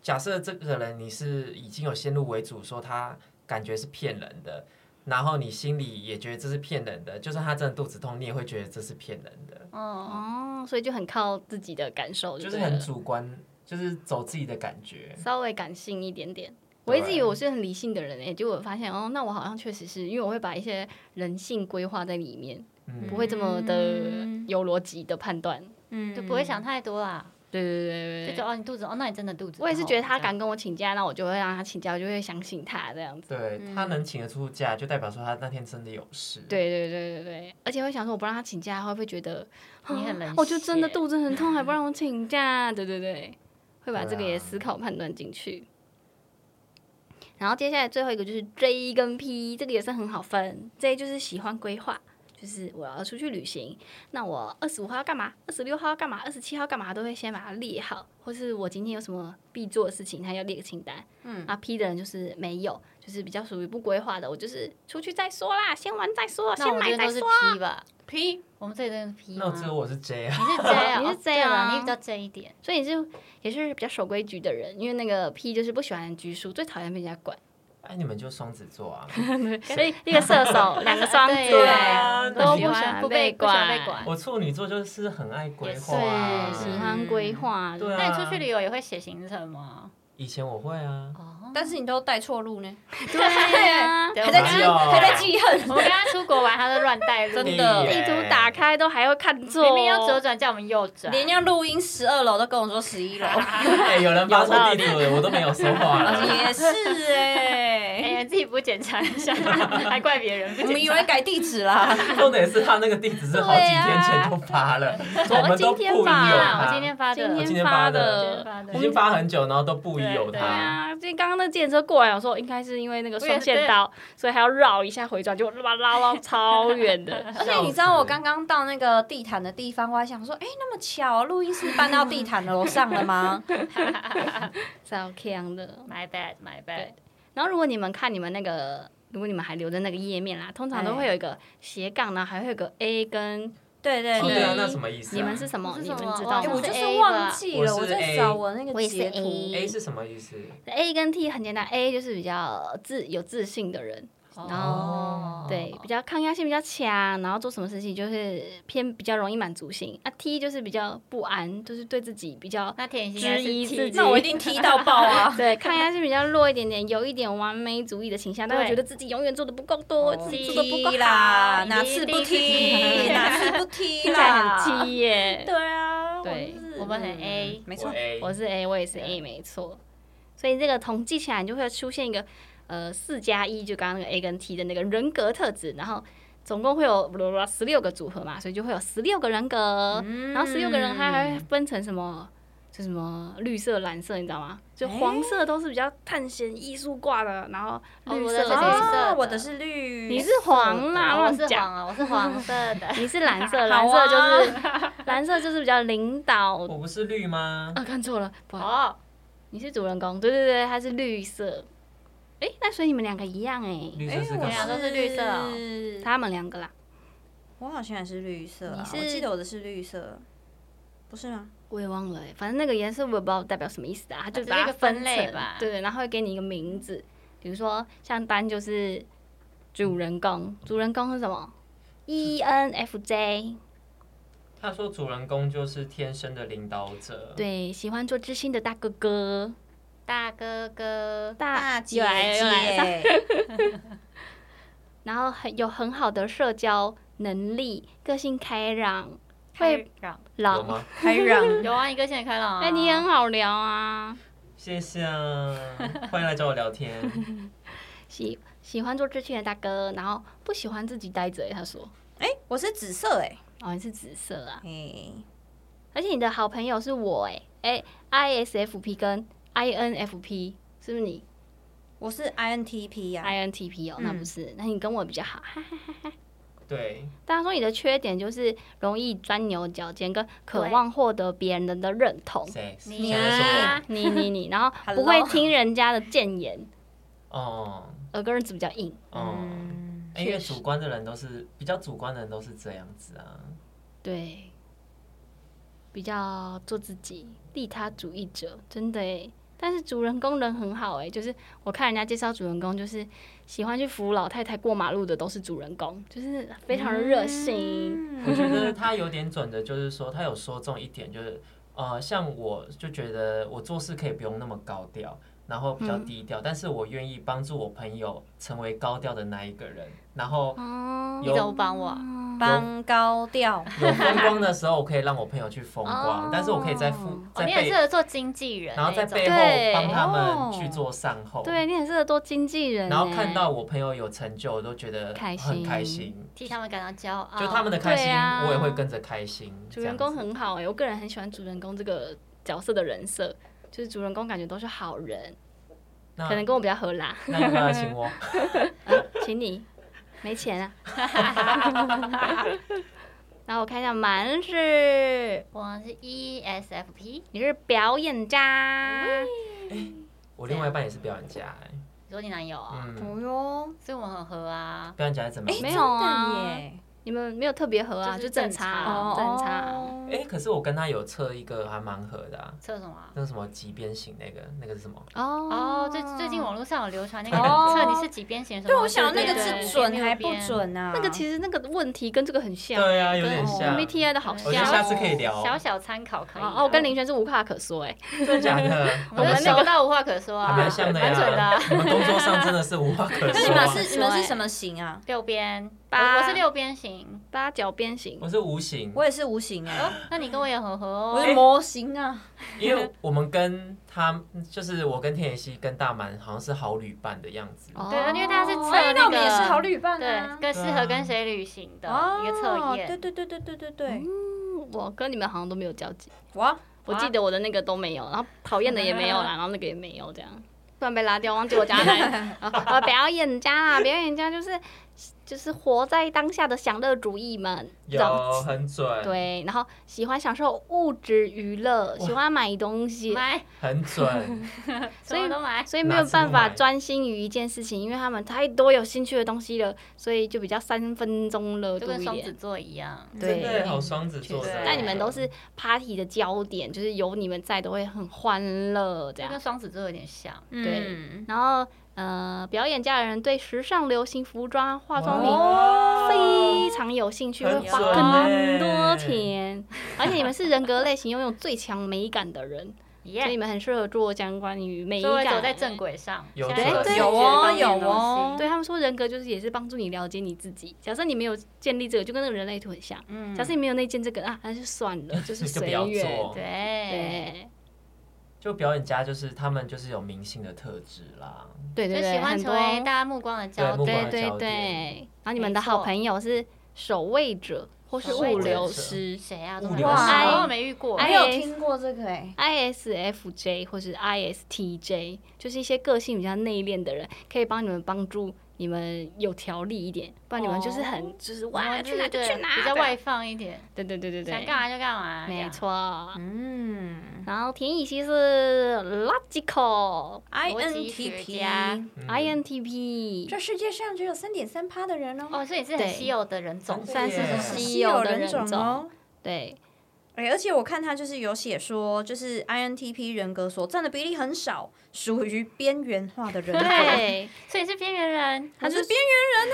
Speaker 1: 假设这个人你是已经有先入为主说他感觉是骗人的，然后你心里也觉得这是骗人的，就算他真的肚子痛，你也会觉得这是骗人的，
Speaker 4: 哦，
Speaker 2: 嗯哦，所以就很靠自己的感受
Speaker 1: 就
Speaker 2: 就是对
Speaker 4: 啊
Speaker 1: 很
Speaker 2: 了。
Speaker 1: 主观就是走自己的感觉。
Speaker 2: 稍微感性一点点。我一直
Speaker 1: 对
Speaker 2: 以为我是很理性的人诶、结果我发现哦，那我好像确实是因为我会把一些人性规划在里面，
Speaker 1: 嗯
Speaker 2: 不会这么的
Speaker 4: 嗯
Speaker 2: 有逻辑的判断。
Speaker 3: 嗯
Speaker 4: 就不会想太多啦，
Speaker 2: 对对
Speaker 4: 就
Speaker 2: 对对
Speaker 4: 觉得
Speaker 2: 对。
Speaker 4: 哦你肚子哦，那你真的肚子痛。
Speaker 2: 我也是觉得他
Speaker 4: 这样
Speaker 2: 敢跟我请假，那我就会让他请假，我就会相信他这样子。
Speaker 1: 对
Speaker 4: 嗯
Speaker 1: 他能请得出假，就代表说他那天真的有事。，
Speaker 2: 对对对对对，而且会想说，我不让他请假，他会不会觉得
Speaker 4: 你
Speaker 2: (gasps)
Speaker 4: 很冷血，
Speaker 2: 啊哦我就真的肚子很痛，还不让我
Speaker 4: (laughs)
Speaker 2: 请假？对对对，会把
Speaker 1: 对
Speaker 2: 这个也
Speaker 1: 啊
Speaker 2: 思考判断进去。然后接下来最后一个就是 J 跟 P，这个也是很好分。J 就是喜欢规划，就是我要出去旅行，那我二十五号要干嘛，二十六号要干嘛，二十七号干嘛，都会先把它列好，或是我今天有什么必做的事情，他要列个清单。嗯，啊 P 的人就是没有，就是比较属于不规划的，我就是出去再说啦，先玩再说，
Speaker 4: 那
Speaker 2: 先
Speaker 4: 我们
Speaker 2: 买
Speaker 4: 这边都是
Speaker 2: 再说。
Speaker 4: P 吧？
Speaker 3: P
Speaker 4: 我们这里都是 P
Speaker 1: 那
Speaker 4: 吗？
Speaker 1: 我只有我是 J 啊。
Speaker 4: 你是 J 啊？
Speaker 2: 你是
Speaker 4: 哦
Speaker 2: J
Speaker 4: 对
Speaker 2: 啊
Speaker 4: 啦你比较 J 一点。
Speaker 2: 所以你是也是比较守规矩的人，因为那个 P 就是不喜欢拘束，最讨厌被人家管，
Speaker 1: 哎，你们就双子座
Speaker 4: (laughs)
Speaker 1: 啊。
Speaker 2: 所以一个射手，两个双子，
Speaker 4: 对
Speaker 1: 啊
Speaker 2: 都
Speaker 1: 不
Speaker 2: 喜
Speaker 1: 喜
Speaker 2: 欢
Speaker 4: 欢不被
Speaker 2: 被
Speaker 4: 不喜欢被
Speaker 2: 管
Speaker 4: 管，
Speaker 1: 我处女座就是很爱规划
Speaker 4: 也是
Speaker 2: 喜
Speaker 1: 啊。
Speaker 2: 欢规划。
Speaker 1: 对啊
Speaker 4: 那你出去旅游也会写行程吗？
Speaker 1: 以前我会啊，
Speaker 4: 哦，
Speaker 3: 但是你都带错路呢，
Speaker 2: 对啊，
Speaker 4: 对
Speaker 3: (laughs) 还在
Speaker 1: 哪
Speaker 3: 记
Speaker 1: 有
Speaker 3: 还在记恨，
Speaker 4: 我们刚刚出国玩，他都乱带路，
Speaker 3: 真
Speaker 1: 哎
Speaker 3: 的
Speaker 2: 地图打，开都还会看错，
Speaker 4: 明明要左转，叫我们右转，
Speaker 3: 连要录音十二楼都跟我说十 (laughs) 一楼，
Speaker 1: 哎，有人发错地图了，我都没有说话了。
Speaker 3: 也是哎、
Speaker 4: 哎呀，自己不检查一下，还怪别人不
Speaker 3: 我们
Speaker 4: 检
Speaker 3: 以
Speaker 4: 查。
Speaker 3: 为改地址啦，
Speaker 1: 重点是他那个地址是好几天前就发了，所以我们都不啊
Speaker 2: 今
Speaker 1: 疑
Speaker 2: 天
Speaker 1: 有
Speaker 2: 吧
Speaker 1: 他。
Speaker 4: 我今天发的，呃
Speaker 2: 今
Speaker 1: 今
Speaker 2: 天
Speaker 1: 天
Speaker 2: 发
Speaker 1: 发
Speaker 4: 的
Speaker 2: 的。
Speaker 1: 已经发很久，然后都不疑有
Speaker 4: 对
Speaker 2: 对
Speaker 1: 他。
Speaker 2: 啊，就刚刚那电车过来，我说应该是因为那个双线道，所以还要绕一下回转，就拉拉到超远
Speaker 1: (laughs)
Speaker 2: 的。
Speaker 3: (laughs) 而且你知道我刚刚到那个地毯的地方，我还想说，哎、那么巧，录音室搬到地毯楼上了吗？ (laughs)
Speaker 2: 超强的。
Speaker 4: My bad, my
Speaker 2: 对
Speaker 4: bad。
Speaker 2: 然后如果你们看你们那个，如果你们还留着那个页面啦，通常都会有一个斜杠，然后还会有个 A 跟
Speaker 3: 对对
Speaker 1: 哦
Speaker 2: 听
Speaker 1: 对啊，
Speaker 3: 对，
Speaker 1: 那什么意思啊？
Speaker 2: 你们是什么？
Speaker 4: 我是
Speaker 2: 你
Speaker 4: 什
Speaker 2: 们
Speaker 4: 么
Speaker 2: 知道
Speaker 4: 哎
Speaker 3: 哎
Speaker 2: 吗
Speaker 3: 我
Speaker 4: 我？
Speaker 3: 就是是
Speaker 4: A
Speaker 3: 忘
Speaker 4: 吧
Speaker 3: 记
Speaker 1: 我
Speaker 3: 了，
Speaker 1: 是
Speaker 3: 我在
Speaker 1: A
Speaker 3: 找我那
Speaker 2: 我
Speaker 3: 个
Speaker 2: 也是
Speaker 3: 截图
Speaker 2: A。
Speaker 1: A 是什么意思？
Speaker 2: 哎 A 跟 T 很简单，A 就是比较自有自信的人，然后
Speaker 1: 哦
Speaker 2: 对，比较抗压性比较强，然后做什么事情就是偏比较容易满足性。啊，T 就是比较不安，就是对自己
Speaker 4: (laughs)
Speaker 2: 比较
Speaker 4: 那田心应该是
Speaker 2: 质疑
Speaker 4: T
Speaker 2: 自己
Speaker 3: 那我一定踢到爆 (laughs) 啊！
Speaker 2: 对抗压性比较弱一点点，有一点完美主义的倾向，但会
Speaker 4: 对
Speaker 2: 觉得自己永远做的不够多，
Speaker 4: 哦
Speaker 2: 自己做的不够
Speaker 3: 踢
Speaker 2: 好，
Speaker 3: 啦，
Speaker 4: 一
Speaker 3: 哪次不踢？
Speaker 4: 定
Speaker 3: 哪次不踢
Speaker 2: (laughs) 听起来
Speaker 3: 啦？
Speaker 2: 很 T 耶。
Speaker 3: 对啊，
Speaker 2: 对
Speaker 3: 就是
Speaker 4: 我们很 A
Speaker 3: 嗯没
Speaker 1: 我
Speaker 3: 错。
Speaker 1: A，
Speaker 2: 我是 A，我也是
Speaker 4: 啊
Speaker 2: A，没错。所以这个统计起来，你就会出现一个呃四加一，就刚刚那个 A 跟 T 的那个人格特质，然后总共会有十六个组合嘛，所以就会有十六个人格，
Speaker 4: 嗯
Speaker 2: 然后十六个人还还会分成什么？就什么绿色、蓝色，你知道吗？就黄色都是比较探险艺术挂的，然后
Speaker 4: 哦
Speaker 2: 绿
Speaker 4: 我
Speaker 2: 色
Speaker 4: 的
Speaker 2: 是
Speaker 4: 是
Speaker 2: 谁
Speaker 4: 绿色的
Speaker 3: 哦我的是绿，
Speaker 2: 你是黄啦，
Speaker 4: 我
Speaker 2: 乱
Speaker 4: 是
Speaker 2: 讲。
Speaker 4: 黄啊，我是黄色的。
Speaker 2: 你是
Speaker 4: (laughs)
Speaker 2: 蓝色，
Speaker 3: 好
Speaker 2: 蓝色
Speaker 3: 啊
Speaker 2: 就是、蓝色就是比较领导。
Speaker 1: 我不是绿吗？
Speaker 2: 啊，看错了，不好意思
Speaker 4: 哦，
Speaker 2: 你是主人公，对对对，它是绿色。哎，那所以你们两个一样哎，
Speaker 1: 绿
Speaker 3: 哎，
Speaker 1: 色是干
Speaker 3: 我
Speaker 4: 俩
Speaker 1: 嘛？
Speaker 4: 都是绿色哦
Speaker 3: 是
Speaker 2: 他们两个啦。
Speaker 3: 我好像也是绿色啊，
Speaker 2: 你是
Speaker 3: 我记得我的是绿色，不是吗？
Speaker 2: 我也忘了哎，反正那个颜色我也不知道代表什么意思啊，它就
Speaker 4: 只是
Speaker 2: 把
Speaker 4: 一
Speaker 2: 它
Speaker 4: 个分
Speaker 2: 成
Speaker 4: 类吧
Speaker 2: 对对，然后会给你一个名字，比如说像丹就是主人公，主人公是什么？E N F J，
Speaker 1: 他说主人公就是天生的领导者，
Speaker 2: 对，喜欢做知心的大哥哥，
Speaker 4: 大哥哥，
Speaker 2: 大
Speaker 3: 姐
Speaker 2: 啊又来了又来了
Speaker 3: (laughs) 姐，
Speaker 2: 然后很有很好的社交能力，个性开朗，
Speaker 4: 开朗。
Speaker 1: 有
Speaker 2: 朗，
Speaker 1: 吗？
Speaker 3: 开
Speaker 4: (laughs)
Speaker 3: 朗，
Speaker 4: 有啊，一个线开朗啊。
Speaker 2: 哎，你很好聊啊。
Speaker 1: 谢谢啊，欢迎来找我聊天。
Speaker 2: 喜喜欢做志趣的大哥，然后不喜欢自己呆着欸。他说
Speaker 3: 哎，我是紫色，哎，：“
Speaker 2: 哦，你是紫色啊，
Speaker 3: 哎，
Speaker 2: 而且你的好朋友是我哎、欸、哎、ISFP 跟 INFP 是不是你、
Speaker 3: 我是 INTP 呀，
Speaker 2: INTP 哦？那不
Speaker 3: 啊嗯
Speaker 2: 是，那你跟我比较好。哈哈
Speaker 1: 对，
Speaker 2: 大家说你的缺点就是容易钻牛角尖，跟渴
Speaker 4: 对
Speaker 2: 望获得别人的认同。
Speaker 1: 谁？
Speaker 4: 你
Speaker 1: 谁来
Speaker 4: 啊
Speaker 1: 说，
Speaker 2: 你你你，然后不会
Speaker 3: (laughs) Hello
Speaker 2: 听人家的谏言，
Speaker 1: 我？哦
Speaker 2: 耳根子比较硬。
Speaker 1: 哦，
Speaker 3: 嗯，
Speaker 1: 哎因为主观的人都是比较主观的人都是这样子啊。
Speaker 2: 对，比较做自己，利他主义者，真的哎。但是主人公人很好哎，就是我看人家介绍主人公，就是喜欢去扶老太太过马路的都是主人公，就是非常的热心。
Speaker 1: 嗯
Speaker 3: 嗯
Speaker 1: 我觉得他有点准的，就是说他有说中一点，就是呃，像我就觉得我做事可以不用那么高调，然后比较低调，但是我愿意帮助我朋友成为高调的那一个人，然后
Speaker 2: 哦
Speaker 4: 你怎么帮我啊？
Speaker 3: 帮高调，
Speaker 1: 有风光的时候，我可以让我朋友去风光，
Speaker 2: 哦
Speaker 1: 但是我可以在负
Speaker 4: 哦，
Speaker 1: 在
Speaker 4: 你很
Speaker 1: 背
Speaker 4: 适，合做经纪人
Speaker 1: 然后在
Speaker 4: 那
Speaker 1: 背
Speaker 4: 种。
Speaker 1: 后
Speaker 2: 对
Speaker 1: 帮他们去做善后，
Speaker 2: 对你很适合做经纪人欸，
Speaker 1: 然后看到我朋友有成就，我都觉得
Speaker 2: 开
Speaker 1: 很
Speaker 2: 心
Speaker 1: 开心，
Speaker 4: 替他们感到骄傲，
Speaker 1: 就他们的开心
Speaker 2: 对，啊
Speaker 1: 我也会跟着开心。
Speaker 2: 主
Speaker 1: 这
Speaker 2: 人
Speaker 1: 样
Speaker 2: 公
Speaker 1: 子
Speaker 2: 很好哎、我个人很喜欢主人公这个角色的人设，就是主人公感觉都是好人，
Speaker 1: 那
Speaker 2: 可能跟我比较合啦。
Speaker 1: 那要不要请我？
Speaker 2: 请你，没钱啊。 (laughs) 然后我看一下蛮是，
Speaker 4: 我是 ESFP，
Speaker 2: 你是表演家，
Speaker 1: 我另外一半也是表演家、欸，
Speaker 4: 你说你男友啊，
Speaker 1: 嗯，
Speaker 3: 哦哟，哎
Speaker 4: 所以我们很合啊。
Speaker 1: 表演家是怎么样？
Speaker 2: 没有啊
Speaker 3: 真的耶，
Speaker 2: 你们没有特别合啊，
Speaker 4: 就
Speaker 2: 就是正
Speaker 4: 哦
Speaker 2: 常，
Speaker 3: 正
Speaker 2: 正常。
Speaker 3: 常
Speaker 1: 哎、可是我跟他有测一个还蛮合的啊，
Speaker 4: 测什么啊？
Speaker 1: 那个什么极边形那个，那个是什么？
Speaker 2: 哦
Speaker 4: 哦，最最近网络上有流传那个
Speaker 3: 哦
Speaker 4: 测你是几边形什么？
Speaker 3: 对，我想那个
Speaker 4: 对
Speaker 3: 是准还不？准啊？
Speaker 2: 那个其实那个问题跟这个很像，
Speaker 1: 对啊，有点
Speaker 3: 哦
Speaker 1: 像。
Speaker 2: MBTI 的好
Speaker 4: 对
Speaker 1: 我觉得下
Speaker 2: 像。
Speaker 1: 次可以聊，
Speaker 4: 对小小参考可以。
Speaker 2: 哦，我跟林轩是无话可说哎、
Speaker 1: 真的假的？
Speaker 4: 我
Speaker 1: 我
Speaker 4: 们
Speaker 1: 们
Speaker 4: 聊
Speaker 1: 上
Speaker 4: 到无话可说啊，
Speaker 1: 还蛮像的呀，
Speaker 4: 蛮准的啊。
Speaker 1: 你们工作上真的是无话 (laughs) 可
Speaker 3: 那你们
Speaker 1: 说。啊
Speaker 3: 是你们是什么型啊？
Speaker 4: 六边，我
Speaker 2: 八
Speaker 4: 我是六边形。
Speaker 2: 八角边形
Speaker 1: 我是无形，
Speaker 3: 我也是无形
Speaker 4: 哦
Speaker 3: 啊，，
Speaker 4: 那你跟我也很合
Speaker 3: 我
Speaker 2: 哎
Speaker 4: 哦。
Speaker 3: 是模型啊。
Speaker 1: 因为我们跟他，就是我跟田野希跟大满好像是好旅伴的样子。
Speaker 2: 哦
Speaker 4: 对啊，因为他是测
Speaker 2: 哦
Speaker 4: 那
Speaker 3: 那我
Speaker 4: 个，
Speaker 3: 们也是好旅伴
Speaker 4: 对，
Speaker 3: 啊。
Speaker 4: 更适合跟谁旅行的
Speaker 2: 啊
Speaker 4: 一个测
Speaker 2: 哦
Speaker 3: 对
Speaker 4: 验。
Speaker 3: 对对对对对对，
Speaker 2: 嗯我跟你们好像都没有交集，
Speaker 3: 哇，
Speaker 2: 我记得我的那个都没有，然后讨厌的也没有
Speaker 1: (laughs)
Speaker 2: 啦，然后那个也没有，这样突然被拉掉，忘记我家
Speaker 1: (laughs)
Speaker 2: 来。啊，啊表演家啦，表演家就是就是活在当下的享乐主义们，这种
Speaker 1: 有很准，，
Speaker 2: 对，然后喜欢享受物质娱乐，喜欢买东西，
Speaker 4: 买，
Speaker 1: 很 (laughs) 准，
Speaker 4: 所以都买。
Speaker 2: 所以没
Speaker 1: 哪
Speaker 2: 有办
Speaker 1: 次
Speaker 2: 法
Speaker 1: 不买
Speaker 2: 专心于一件事情，因为他们太多有兴趣的东西了，所以就比较三分钟热
Speaker 4: 就
Speaker 2: 度
Speaker 4: 跟
Speaker 2: 一
Speaker 4: 双
Speaker 2: 点
Speaker 4: 子。座一样，
Speaker 1: 真
Speaker 2: 对啊
Speaker 1: 的好双子座的
Speaker 4: 确。实
Speaker 2: 但你们都是 party 的焦点，就是有你们在都会很欢乐这
Speaker 4: 就
Speaker 2: 样
Speaker 4: 跟。双子座有点像。嗯
Speaker 2: 嗯
Speaker 3: 对，
Speaker 2: 然后呃，表演家的人对时尚、流行服装、化妆品
Speaker 1: 哦
Speaker 2: 非常有兴趣，会
Speaker 1: 很
Speaker 2: 花
Speaker 1: 准
Speaker 2: 很多
Speaker 1: 欸
Speaker 2: 钱。而且你们是人格类型拥有最强美感的
Speaker 4: (laughs)
Speaker 2: 人，所以你
Speaker 4: 耶，
Speaker 2: 们很适合做相关于美
Speaker 4: 所以我
Speaker 2: 感。
Speaker 4: 走在正。轨上。
Speaker 1: 有
Speaker 4: 现在
Speaker 1: 准
Speaker 4: 做视觉
Speaker 1: 有
Speaker 3: 哦
Speaker 4: 方面的
Speaker 3: 有哦
Speaker 4: 东西，
Speaker 2: 对他们说，人格就是也是帮助你了解你自己。假设你没有建立这个，就跟那个人类图很像。
Speaker 4: 嗯
Speaker 2: 假设你没有内建这个啊，那就算了，
Speaker 4: (laughs)
Speaker 2: 就是
Speaker 1: 就
Speaker 2: 随
Speaker 1: 不要
Speaker 2: 缘。
Speaker 1: 做
Speaker 4: 对，
Speaker 2: 对
Speaker 1: 就表演家就是他们就是有明星的特质 (laughs) 啦，
Speaker 2: 对
Speaker 4: 就
Speaker 2: 对
Speaker 4: 喜
Speaker 2: 对，
Speaker 4: 欢
Speaker 2: 很
Speaker 4: 成
Speaker 2: 多
Speaker 4: 为大家目光的
Speaker 1: 对
Speaker 4: 焦
Speaker 1: 目光的。
Speaker 4: 点
Speaker 2: 对对
Speaker 1: 焦点
Speaker 2: 对，然后你们的好朋友是守卫者或是
Speaker 4: 守卫
Speaker 2: 物
Speaker 4: 者
Speaker 2: 流师
Speaker 4: 谁啊？
Speaker 1: 物
Speaker 4: 都没
Speaker 1: 流
Speaker 4: 有
Speaker 3: 师
Speaker 4: 哎我没遇过。
Speaker 2: 哎
Speaker 3: 没有听过这个哎，
Speaker 2: ，ISFJ 或是 ISTJ，就是一些个性比较内敛的人，可以帮你们帮助你们有条理一点，不然哎你们就是很、就是哇
Speaker 4: 哦
Speaker 2: 去哪
Speaker 4: 对
Speaker 2: 就
Speaker 4: 对
Speaker 2: 去
Speaker 4: 对
Speaker 2: 哪，
Speaker 4: 比较外放一点，
Speaker 2: 对对对对
Speaker 4: 想
Speaker 2: 对，
Speaker 4: 干嘛就干嘛。这
Speaker 2: 没
Speaker 4: 样，
Speaker 2: 错。
Speaker 3: 嗯
Speaker 2: 然后田以希是 logical、
Speaker 3: 嗯哎，INTP，
Speaker 1: 嗯
Speaker 2: INTP，
Speaker 3: 这世界上只有三点三趴的人哦，
Speaker 4: 哦，所以你是很
Speaker 2: 对
Speaker 4: 稀有的人种。
Speaker 1: 算
Speaker 2: 算
Speaker 1: 是
Speaker 2: 是
Speaker 3: 啊
Speaker 1: 很
Speaker 2: 很
Speaker 1: 稀
Speaker 2: 稀
Speaker 3: 有
Speaker 2: 有的人
Speaker 3: 种
Speaker 2: 种，
Speaker 3: 哦。
Speaker 2: 对，
Speaker 3: 哎，而且我看他就是有写说，就是 INTP 人格所占的比例很少，属于边缘化的人格。
Speaker 2: 对，
Speaker 4: 所以是边缘人，
Speaker 3: 他是边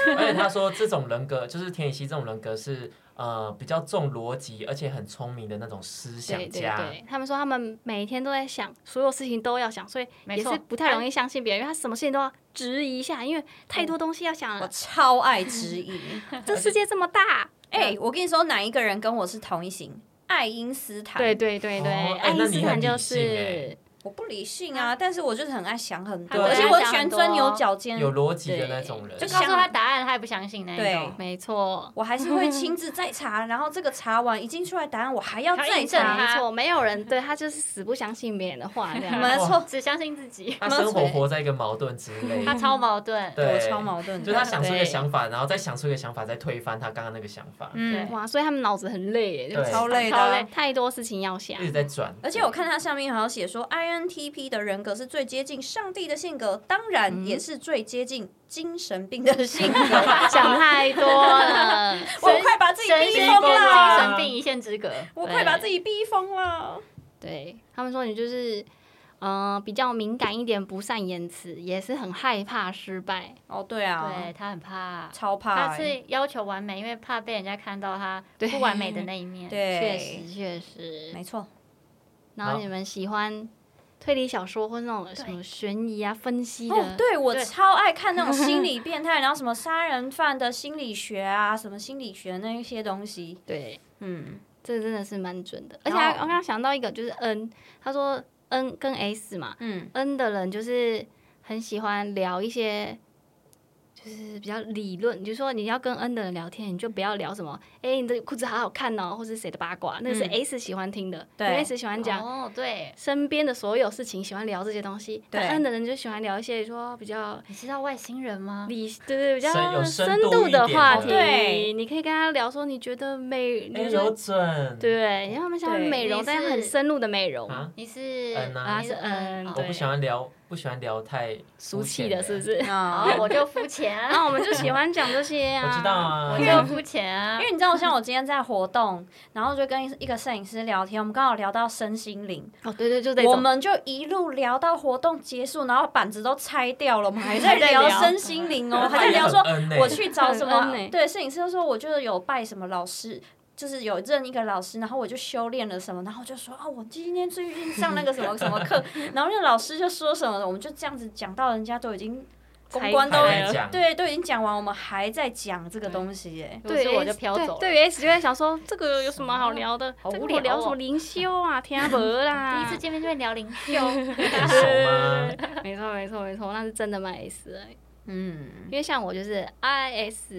Speaker 1: 而且他说这种人格就是田以希这种人格是呃比较重逻辑，而且很聪明的那种思想
Speaker 2: 对对
Speaker 1: 家。
Speaker 2: 对，他们说他们每天都在想，所有事情都要想，所以
Speaker 4: 没
Speaker 2: 也
Speaker 4: 错
Speaker 2: 是不太容易相信别人，因为他什么事情都要质疑一下，因为太多东西要想
Speaker 4: 嗯
Speaker 3: 我
Speaker 2: 了。
Speaker 3: 超爱质
Speaker 4: (laughs)
Speaker 3: 疑。
Speaker 2: 这世界这么大，
Speaker 3: 哎，我跟你说，哪一个人跟我是同一型？爱因斯坦。
Speaker 2: 对对对对，
Speaker 1: 哦哎
Speaker 2: 爱因斯坦就
Speaker 1: 那你很理性
Speaker 2: 是
Speaker 3: 我不理性啊，但是我就是很爱想很
Speaker 4: 他
Speaker 3: 多，
Speaker 1: 对
Speaker 3: 而且
Speaker 1: 他
Speaker 3: 我
Speaker 4: 想
Speaker 3: 喜
Speaker 4: 很
Speaker 3: 欢
Speaker 4: 多
Speaker 3: 钻牛角尖，
Speaker 1: 有逻辑的那种人，
Speaker 3: 对
Speaker 4: 就
Speaker 3: 像
Speaker 4: 告诉他答案，他也不相信那一种
Speaker 3: 对。
Speaker 2: 没错，
Speaker 3: 我还是会亲自再查，然后这个查完已经出来答案，我还要
Speaker 4: 还
Speaker 3: 再
Speaker 4: 印证
Speaker 3: 查。
Speaker 4: 他
Speaker 2: 没错，没有人对他就是死不相信别人的话，这 (laughs)
Speaker 3: 没
Speaker 2: 样。
Speaker 3: 错，
Speaker 4: 只相信自己，
Speaker 1: 他生活活在一个矛盾
Speaker 2: (laughs)
Speaker 1: 之
Speaker 3: 嗯
Speaker 1: 内，
Speaker 4: 他超矛盾。
Speaker 1: 对
Speaker 3: 我超矛盾的。
Speaker 1: 就他想出一个
Speaker 2: 对
Speaker 1: 想法，然后再想出一个想法，再推翻他刚刚那个想法，
Speaker 3: 嗯，
Speaker 2: 哇，所以他们脑子很累耶，就
Speaker 1: 对
Speaker 3: 超累的
Speaker 4: 超
Speaker 3: 啊
Speaker 4: 累。
Speaker 2: 太多事情要想
Speaker 1: 一。直在转。
Speaker 3: 而且我看他上面好像写说，INTP 的人格是最接近上帝的性格，当然也是最接近精神病的性格。
Speaker 2: (laughs)
Speaker 4: (laughs)
Speaker 3: (laughs)
Speaker 2: 想太多了，
Speaker 3: 我 (laughs) 快把自己
Speaker 4: 神
Speaker 3: 逼
Speaker 4: 仙
Speaker 3: 疯
Speaker 4: 跟精
Speaker 3: 了，
Speaker 4: 神病一线之隔。
Speaker 3: 我快把自己逼疯了。
Speaker 2: 对他们说你就是，呃，比较敏感一点，不善言辞，也是很害怕失败。
Speaker 3: 哦，对啊，
Speaker 4: 对他很怕，
Speaker 3: 超怕
Speaker 4: 他
Speaker 3: 欸。
Speaker 4: 是要求完美，因为怕被人家看到他不完美的那一面。
Speaker 2: 确
Speaker 3: 对，
Speaker 2: 实，确实。
Speaker 3: 没错，
Speaker 2: 然后你们喜欢推理小说或那种什么悬疑啊、分析的，
Speaker 3: 哦，对我
Speaker 4: 对
Speaker 3: 超爱
Speaker 4: (laughs)
Speaker 3: 看那种心理变态，然后什么杀人犯的心理学啊，什么心理学那一些东西。
Speaker 2: 对，
Speaker 3: 嗯，
Speaker 2: 这真的是蛮准的。而
Speaker 3: 然
Speaker 2: 且
Speaker 3: 后
Speaker 2: 他我刚刚想到一个，就是 N，他说 N 跟 S 嘛
Speaker 3: 嗯，
Speaker 2: ，N 的人就是很喜欢聊一些。就是比较理论，就说你要跟 N 的人聊天，你就不要聊什么，哎、你的裤子好好看哦，或是谁的八卦，那个是
Speaker 3: 嗯
Speaker 2: S 喜欢听的，
Speaker 3: 对
Speaker 2: S 喜欢讲
Speaker 4: 哦，对，
Speaker 2: 身边的所有事情，喜欢聊这些东西。
Speaker 3: 对
Speaker 2: 但 N 的人就喜欢聊一些说比较
Speaker 4: 你知道外星人吗？
Speaker 2: 理，对对，比
Speaker 1: 深
Speaker 2: 较
Speaker 1: 有深
Speaker 2: 深
Speaker 1: 度
Speaker 2: 度
Speaker 1: 一
Speaker 2: 的
Speaker 1: 点
Speaker 2: 话
Speaker 1: 的
Speaker 2: 题。
Speaker 3: 对
Speaker 2: 你可以跟他聊说你觉得美，你
Speaker 1: 哎、
Speaker 2: 就
Speaker 1: 有
Speaker 2: 说
Speaker 1: 准，
Speaker 2: 对，因为他们喜欢
Speaker 3: 对
Speaker 2: 美容，
Speaker 4: 你
Speaker 2: 但
Speaker 4: 是
Speaker 2: 很深入的美容，
Speaker 1: 啊，
Speaker 4: 你是
Speaker 1: 嗯啊
Speaker 4: 你是
Speaker 2: 他是嗯
Speaker 4: 哦
Speaker 1: 我
Speaker 2: 对
Speaker 1: 不喜欢聊，不喜欢聊太俗
Speaker 2: 俗气
Speaker 1: 浅
Speaker 2: 的，是不是？ (laughs)
Speaker 3: 啊
Speaker 4: 哦好，我就肤浅啊，
Speaker 2: 那我们就喜欢讲这些
Speaker 1: (laughs)
Speaker 2: 啊。
Speaker 1: 我知道啊
Speaker 4: 我，就肤浅啊
Speaker 3: 因。为你知道，像我今天在活动，然后就跟一个摄影师聊天，我们刚好聊到身心灵，
Speaker 2: 哦，对对，就这
Speaker 3: 我
Speaker 2: 种。
Speaker 3: 们就一路聊到活动结束，然后板子都拆掉了，我们还在
Speaker 2: 还在
Speaker 3: 聊
Speaker 2: 聊
Speaker 3: 身心灵
Speaker 2: (laughs)
Speaker 3: 哦，
Speaker 1: 他
Speaker 3: 还在
Speaker 1: 也
Speaker 3: 聊
Speaker 1: 很
Speaker 3: 说
Speaker 1: 恩欸
Speaker 3: 我去找什
Speaker 2: 很
Speaker 3: 么
Speaker 2: 恩欸？
Speaker 3: 对，摄影师就说我就是有拜什么老师，就是有认一个老师，然后我就修炼了什么，然后我就说啊，我今天最近上那个什么什么课，然后那老师就说什么，我们就这样子讲到人家都已经公关都
Speaker 2: 拆
Speaker 1: 还在讲，
Speaker 3: 对都已经讲完，我们还在讲这个东西耶。
Speaker 4: 对，
Speaker 2: 对，
Speaker 4: 我就飘走了。
Speaker 2: 对，对 S 就在想说，这个有什么好聊的？
Speaker 4: 好
Speaker 2: 这个
Speaker 4: 无聊
Speaker 2: 我聊什么
Speaker 4: 哦
Speaker 2: 灵修
Speaker 4: (laughs)
Speaker 2: 啊、天伯啦。
Speaker 4: 第一次见面就会聊灵
Speaker 2: (laughs)
Speaker 4: 修，
Speaker 1: 很熟吗？
Speaker 2: 没错，没错，没错，那是真的蛮 S 的。
Speaker 3: 嗯，
Speaker 2: 因为像我就是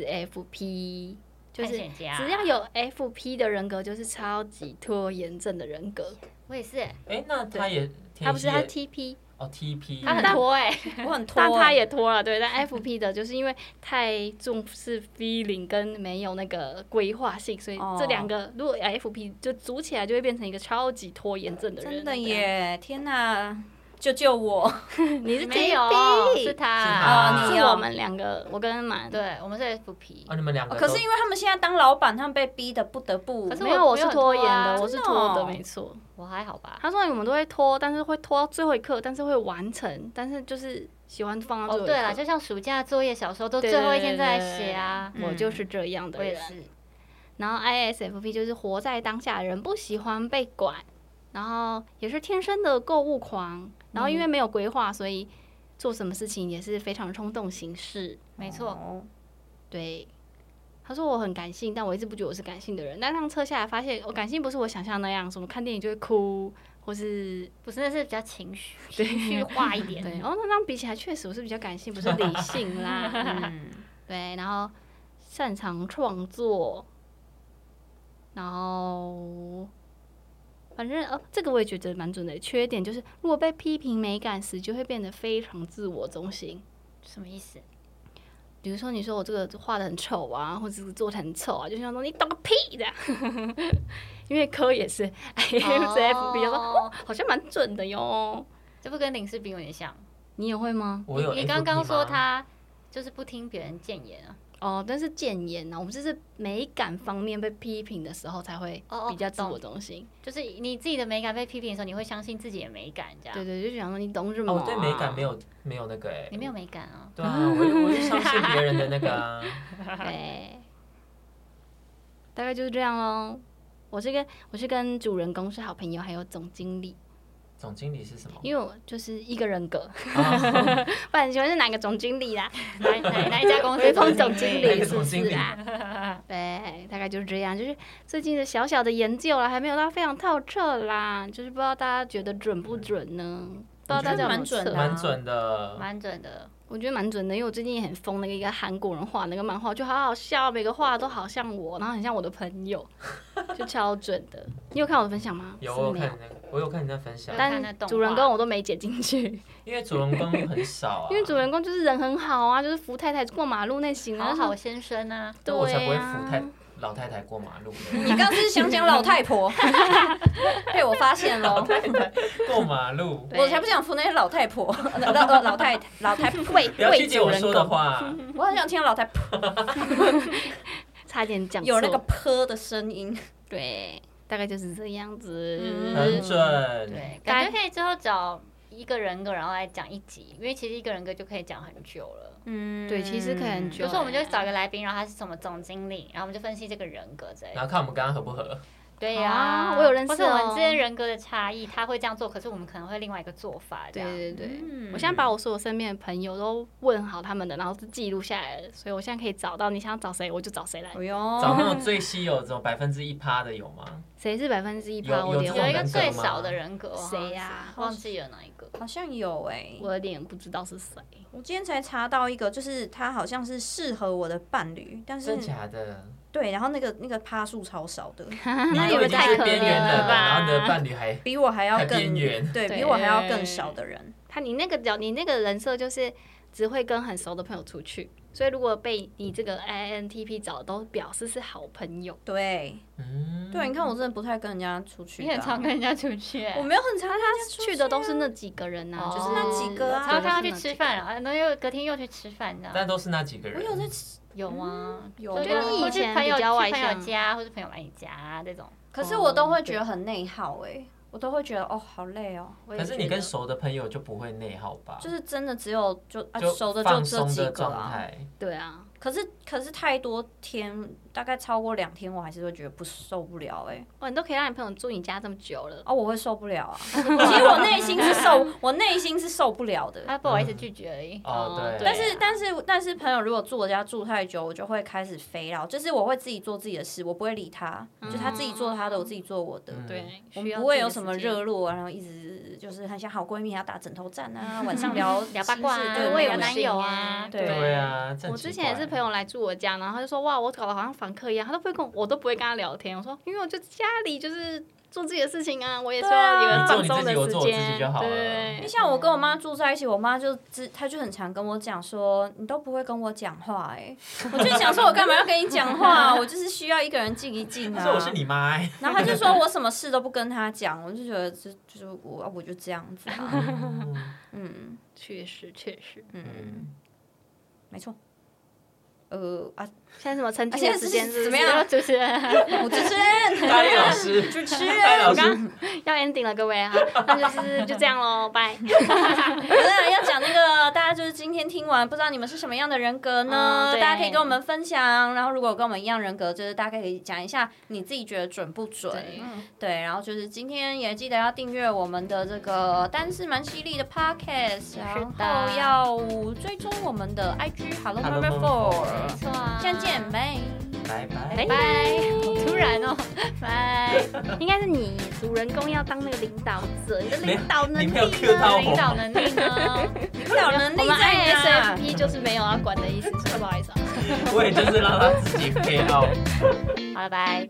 Speaker 2: ISFP，就是
Speaker 4: 探险家
Speaker 2: 只要有 FP 的人格，就是超级拖延症的人格。
Speaker 4: 我也是，
Speaker 1: 哎、那他也，
Speaker 2: 他不是
Speaker 1: 天
Speaker 2: 他是
Speaker 1: 蝎
Speaker 2: TP，
Speaker 1: 哦 TP，
Speaker 4: 他很
Speaker 2: 但
Speaker 4: 拖哎，
Speaker 3: 我很拖
Speaker 2: 但他
Speaker 3: 欸，
Speaker 2: 也拖了，对。但 FP 的就是因为太重视 feeling 跟没有那个规划性，所以
Speaker 3: 哦
Speaker 2: 这两个如果 FP 就组起来，就会变成一个超级拖延症的人。
Speaker 3: 真的！耶！天哪，救救我！
Speaker 2: 你是
Speaker 4: 没
Speaker 2: TP，
Speaker 4: 有，是
Speaker 1: 他
Speaker 4: 他。
Speaker 3: 啊你
Speaker 2: 是
Speaker 3: 有
Speaker 2: 我们两个，我跟满。
Speaker 4: 对，我们是 FP，
Speaker 1: 哦，你们两个
Speaker 3: 哦
Speaker 1: 都、
Speaker 3: 可是因为他们现在当老板，他们被逼的不得不
Speaker 4: 可。是
Speaker 2: 没有，我
Speaker 4: 我
Speaker 2: 是
Speaker 4: 没有
Speaker 2: 拖延
Speaker 4: 拖啊
Speaker 2: 的，我是
Speaker 3: 真的
Speaker 2: 拖的，
Speaker 3: 哦
Speaker 2: 没错。
Speaker 4: 我还好吧。
Speaker 2: 他说我们都会拖，但是会拖到最后一刻，但是会完成，但是就是喜欢放到
Speaker 4: 哦，
Speaker 2: 最后一
Speaker 4: 对了，
Speaker 2: 刻。嗯
Speaker 4: 就像暑假作业，小时候都
Speaker 2: 对
Speaker 4: 最后一天再来写啊。
Speaker 3: 嗯
Speaker 2: 我就是这样的
Speaker 4: 我也
Speaker 2: 人。
Speaker 4: 是，
Speaker 2: 然后 ISFP 就是活在当下的人，不喜欢被管，然后也是天生的购物狂，然后因为没有规划，所以做什么事情也是非常冲动行事。
Speaker 4: 没错。
Speaker 3: 哦
Speaker 2: 对，他说我很感性，但我一直不觉得我是感性的人。那辆车下来发现，我哦感性不是我想象那样，什么看电影就会哭，或是
Speaker 4: 不是，那是比较情绪情绪化一点。
Speaker 2: 对，哦，那这样比起来，确实我是比较感性，不是理性啦。嗯
Speaker 3: 嗯，
Speaker 2: 对，然后擅长创作，然后反正哦，这个我也觉得蛮准的。缺点就是，如果被批评美感时，就会变得非常自我中心。
Speaker 4: 什么意思？
Speaker 2: 比如说，你说我这个画的很丑啊，或者是做的很丑啊，就像说你懂个屁的， (laughs) 因为科也 (laughs) 是哎 ISFP，就说、哦、好像蛮准的哟。
Speaker 4: 这不跟林世斌有点像？
Speaker 2: 你也会吗？
Speaker 1: 我有
Speaker 4: 你刚刚
Speaker 1: FP
Speaker 4: 说
Speaker 1: 吗
Speaker 4: 他就是不听别人谏言啊。
Speaker 2: 哦，但是谏言呢、我们就是美感方面被批评的时候才会
Speaker 4: 哦哦
Speaker 2: 比较自我中心。
Speaker 4: 就是你自己的美感被批评的时候，你会相信自己的美感，这样。
Speaker 2: 对对，就想说你懂什么、
Speaker 1: 哦，
Speaker 2: 啊？
Speaker 1: 我对美感没有没有那个哎、
Speaker 4: 你没有美感
Speaker 2: (laughs)
Speaker 4: 啊？
Speaker 1: 对啊，我就我就相信别人的那个啊，
Speaker 2: 对，大概就是这样喽。我是跟我是跟主人公是好朋友，还有总经理，
Speaker 1: 总经理是什么？
Speaker 2: 因为我就是一个人格，
Speaker 1: 啊
Speaker 2: (laughs) 不然你请问是哪个总经理啊啦？
Speaker 4: 哪哪哪一家公
Speaker 2: 我
Speaker 4: 司
Speaker 2: 是碰总经
Speaker 1: 哪
Speaker 4: (laughs)
Speaker 2: 理
Speaker 1: 个
Speaker 2: 是不
Speaker 1: 总经理
Speaker 2: 是啊？
Speaker 1: (laughs)
Speaker 2: 对，大概就是这样，就是最近的小小的研究啦，还没有到非常透彻啦，就是不知道大家觉得准不准呢？不知道大家有没有
Speaker 3: 我觉得蛮准的
Speaker 2: 测
Speaker 1: 蛮准的，
Speaker 4: 蛮准的。
Speaker 2: 我觉得蛮准的，因为我最近也很疯那个一个韩国人画那个漫画，就好好笑，每个画都好像我，然后很像我的朋友，就超准的。你有看我的分享吗？
Speaker 1: 有
Speaker 2: 是
Speaker 1: 我有
Speaker 2: 没有
Speaker 1: 看，那个，我有看你在分享，
Speaker 4: 但
Speaker 2: 但主人公我都没剪进去，
Speaker 1: (laughs) 因为主人公很少啊，
Speaker 2: (laughs) 因为主人公就是人很好啊，就是扶太太过马路那型
Speaker 4: 好
Speaker 2: 啊，
Speaker 4: 好先生啊，
Speaker 1: 那我才不
Speaker 2: 对
Speaker 1: 会扶太
Speaker 2: 啊，
Speaker 1: 老太太过马路
Speaker 3: (laughs) 你
Speaker 1: 的，
Speaker 3: 刚刚是想讲老太婆， (laughs) 被我发现了。
Speaker 1: 过马
Speaker 3: (laughs)
Speaker 1: 路，
Speaker 2: 对
Speaker 3: 我才不想扶那些老太婆、 (laughs) 老老老太老太婆。喂
Speaker 1: 不要
Speaker 2: 为
Speaker 1: 拒绝
Speaker 2: 主
Speaker 1: 我
Speaker 2: 人
Speaker 1: 说的
Speaker 2: 公，
Speaker 1: 话，
Speaker 3: 我很想听到老太婆
Speaker 2: 差点讲
Speaker 3: 有那个
Speaker 2: 错
Speaker 3: 泼的声音。
Speaker 2: 对，大概就是这样子。
Speaker 3: 嗯
Speaker 1: 很准，
Speaker 4: (laughs) 对，感觉可以之后找一个人格，然后来讲一集，因为其实一个人格就可以讲很久了。
Speaker 3: 嗯
Speaker 2: 对其实可能
Speaker 4: 比
Speaker 2: 就
Speaker 4: 如说，我们就找一个来宾，然后他是什么总经理，然后我们就分析这个人格之类
Speaker 1: 然
Speaker 4: 的。
Speaker 1: 后看我们刚刚合不合，
Speaker 4: 对呀、
Speaker 2: 啊我有认识
Speaker 4: 或者我们
Speaker 2: 哦
Speaker 4: 之间人格的差异，他会这样做，可是我们可能会另外一个做法。这
Speaker 2: 对
Speaker 4: 样
Speaker 2: 对对，
Speaker 3: 啊
Speaker 4: 嗯
Speaker 2: 我现在把我所有身边的朋友都问好他们的，然后是记录下来的，所以我现在可以找到你想找谁，我就找谁来。
Speaker 3: 哎
Speaker 1: 找那
Speaker 3: 呦，
Speaker 1: 种最稀有的，只有百分之一趴的有吗？
Speaker 2: 谁是百分之一趴？
Speaker 1: 有
Speaker 2: 我
Speaker 1: 有
Speaker 2: 连
Speaker 1: 这种
Speaker 4: 有一个
Speaker 1: 人格
Speaker 4: 最
Speaker 1: 吗
Speaker 4: 少的人格，
Speaker 2: 谁呀
Speaker 4: 好像是忘记了哪一个？
Speaker 3: 好像有哎、
Speaker 2: 我有点不知道是谁。
Speaker 3: 我今天才查到一个，就是他好像是适合我的伴侣，但是
Speaker 1: 真假的？
Speaker 3: 对，然后那个那个趴数超少的，
Speaker 1: 你
Speaker 2: 啊那也
Speaker 1: 都已经
Speaker 2: 太
Speaker 1: 是
Speaker 2: 可
Speaker 1: 边缘
Speaker 2: 怜
Speaker 1: 人
Speaker 2: 了
Speaker 1: 了，
Speaker 2: 吧
Speaker 1: 然后你的伴侣还
Speaker 3: 比我还要
Speaker 1: 还
Speaker 3: 更
Speaker 1: 边缘
Speaker 3: 对比
Speaker 2: 对
Speaker 3: 我还要更少的人，
Speaker 2: 他你那个角，你那个人设就是只会跟很熟的朋友出去，所以如果被你这个 INTP 找，都表示是好朋友。
Speaker 3: 对
Speaker 1: 嗯，
Speaker 3: 对，你看我真的不太跟人家出去
Speaker 4: 你
Speaker 3: 的啊、
Speaker 4: 很常跟人家出去、欸，
Speaker 3: 我没有很常跟人家出
Speaker 2: 去
Speaker 3: 啊
Speaker 2: 的都是那几个人呐、
Speaker 4: 哦
Speaker 2: 就是
Speaker 3: 那几个啊
Speaker 4: 常常看
Speaker 2: 对
Speaker 4: 他去
Speaker 2: 就是那
Speaker 4: 吃
Speaker 2: 几
Speaker 4: 饭啊，然后又隔天又去吃饭这
Speaker 1: 但
Speaker 4: 样。
Speaker 1: 都是那几个人。
Speaker 3: 我有在吃，
Speaker 4: 有吗？
Speaker 3: 嗯有啊
Speaker 4: 就是
Speaker 3: 我觉得
Speaker 4: 或
Speaker 3: 以
Speaker 4: 是
Speaker 2: 前
Speaker 4: 朋友
Speaker 2: 比较
Speaker 4: 去
Speaker 2: 外
Speaker 4: 朋友
Speaker 2: 向
Speaker 4: 家，或是朋友来你家这种。
Speaker 3: 可是
Speaker 4: 哦
Speaker 3: 我都会觉得很内耗哎、我都会觉得哦好累哦，我也
Speaker 1: 可是你
Speaker 3: 觉得
Speaker 1: 跟熟的朋友就不会内耗吧？
Speaker 3: 就是真的只有就啊
Speaker 1: 就
Speaker 3: 熟的就
Speaker 1: 放
Speaker 3: 这
Speaker 1: 松
Speaker 3: 几
Speaker 1: 的
Speaker 3: 个
Speaker 1: 状
Speaker 3: 啊，
Speaker 1: 态。
Speaker 2: 对啊，
Speaker 3: 可是可是太多天，大概超过两天，我还是会觉得不受不了哎、
Speaker 2: 哇，你都可以让你朋友住你家这么久了，
Speaker 3: 哦，我会受不了
Speaker 4: (laughs)
Speaker 3: 啊！其实我内心是受，我内心是受不了的。
Speaker 4: 他啊不好意思拒绝而已。
Speaker 1: 哦，
Speaker 2: 哦
Speaker 1: 对，
Speaker 2: 对
Speaker 3: 但是，但是，但是，朋友如果住我家住太久，我就会开始飞了。就是我会自己做自己的事，我不会理他，就他自己做他的，我自己做我的。
Speaker 1: 嗯
Speaker 2: 对，
Speaker 3: 我
Speaker 2: 需
Speaker 3: 们
Speaker 2: 要
Speaker 3: 不会
Speaker 2: 自己
Speaker 3: 有
Speaker 2: 的
Speaker 3: 什
Speaker 2: 时
Speaker 3: 么
Speaker 2: 间
Speaker 3: 热络啊，然后一直就是很像好闺蜜，还要打枕头战
Speaker 1: (laughs)
Speaker 3: 啊，晚上聊
Speaker 4: 聊八卦
Speaker 3: 心
Speaker 4: 啊
Speaker 3: 事对，
Speaker 4: 我有
Speaker 3: 聊
Speaker 4: 男
Speaker 3: 心
Speaker 4: 友啊，
Speaker 3: 对
Speaker 1: 对啊，这很
Speaker 2: 我之
Speaker 1: 奇
Speaker 2: 前也
Speaker 1: 怪
Speaker 2: 是朋友来住我家，然后他就说哇，我搞得好像房客一样，他都不会跟我，我都不会跟他聊天。我说因为我就家里就是做自己的事情啊，我也需
Speaker 3: 对
Speaker 2: 要
Speaker 3: 啊
Speaker 2: 你们
Speaker 1: 你做
Speaker 2: 放
Speaker 1: 你
Speaker 2: 松
Speaker 1: 自己
Speaker 2: 的
Speaker 1: 我
Speaker 2: 时
Speaker 1: 做我自己
Speaker 2: 间
Speaker 1: 就好，了
Speaker 2: 对
Speaker 3: 就，像我跟我妈住在一起，我妈就知，她就很常跟我讲说，你都不会跟我讲话哎、我就想说，我干嘛要跟你讲话、
Speaker 1: (laughs)
Speaker 3: 我就是需要一个人静一静
Speaker 1: 他
Speaker 3: 啊。
Speaker 1: 说我是你妈
Speaker 2: (laughs)
Speaker 1: 欸，
Speaker 3: 然后他就说我什么事都不跟他讲，我就觉得这就是我，我就这样
Speaker 1: (laughs)
Speaker 3: 子啊，嗯
Speaker 2: 确实确实。
Speaker 3: 嗯，没错。呃啊，
Speaker 2: 现在什么沉
Speaker 3: 啊
Speaker 2: 浸
Speaker 3: 现
Speaker 2: 的
Speaker 3: 在
Speaker 2: 时
Speaker 3: 是
Speaker 2: 间是
Speaker 3: 怎
Speaker 2: 不
Speaker 3: 么
Speaker 2: 是
Speaker 3: 样
Speaker 2: (laughs)
Speaker 4: 主持人，
Speaker 3: 我主持人，
Speaker 1: 大一老师，
Speaker 3: 主持人，
Speaker 1: 大一老
Speaker 3: 我刚
Speaker 1: 师，
Speaker 2: 要 ending 了，各位哈，那
Speaker 3: (laughs)
Speaker 2: 就是就这样喽，拜。
Speaker 3: 不是要讲那个，大家就是今天听完，不知道你们是什么样的人格呢？
Speaker 4: 嗯对
Speaker 3: 大家可以跟我们分享。然后如果有跟我们一样人格，就是大家可以讲一下你自己觉得准不准。
Speaker 2: 对
Speaker 3: 对，然后就是今天也记得要订阅我们的这个单是蛮犀利的 podcast，然后要追踪我们的 IG Hello
Speaker 1: Hello
Speaker 3: Number
Speaker 1: Number
Speaker 3: Four，
Speaker 1: Four
Speaker 4: 错啊
Speaker 3: 下见，拜。
Speaker 1: 拜拜。
Speaker 2: 哎
Speaker 4: 拜，好突然哦，拜。
Speaker 2: 应该是你主人公要当那个领导者，你的
Speaker 1: 没
Speaker 2: 领导能
Speaker 1: 你
Speaker 2: 力
Speaker 1: 没有
Speaker 2: 呢
Speaker 1: cue 到
Speaker 4: 领导能力呢？
Speaker 3: 领导能
Speaker 2: 我
Speaker 3: 力
Speaker 2: 们
Speaker 3: 在啊哪？
Speaker 2: ISFP 就是没有要管的意思，不好意思啊。
Speaker 1: 我也就是让他自己配好。
Speaker 4: 好了，拜。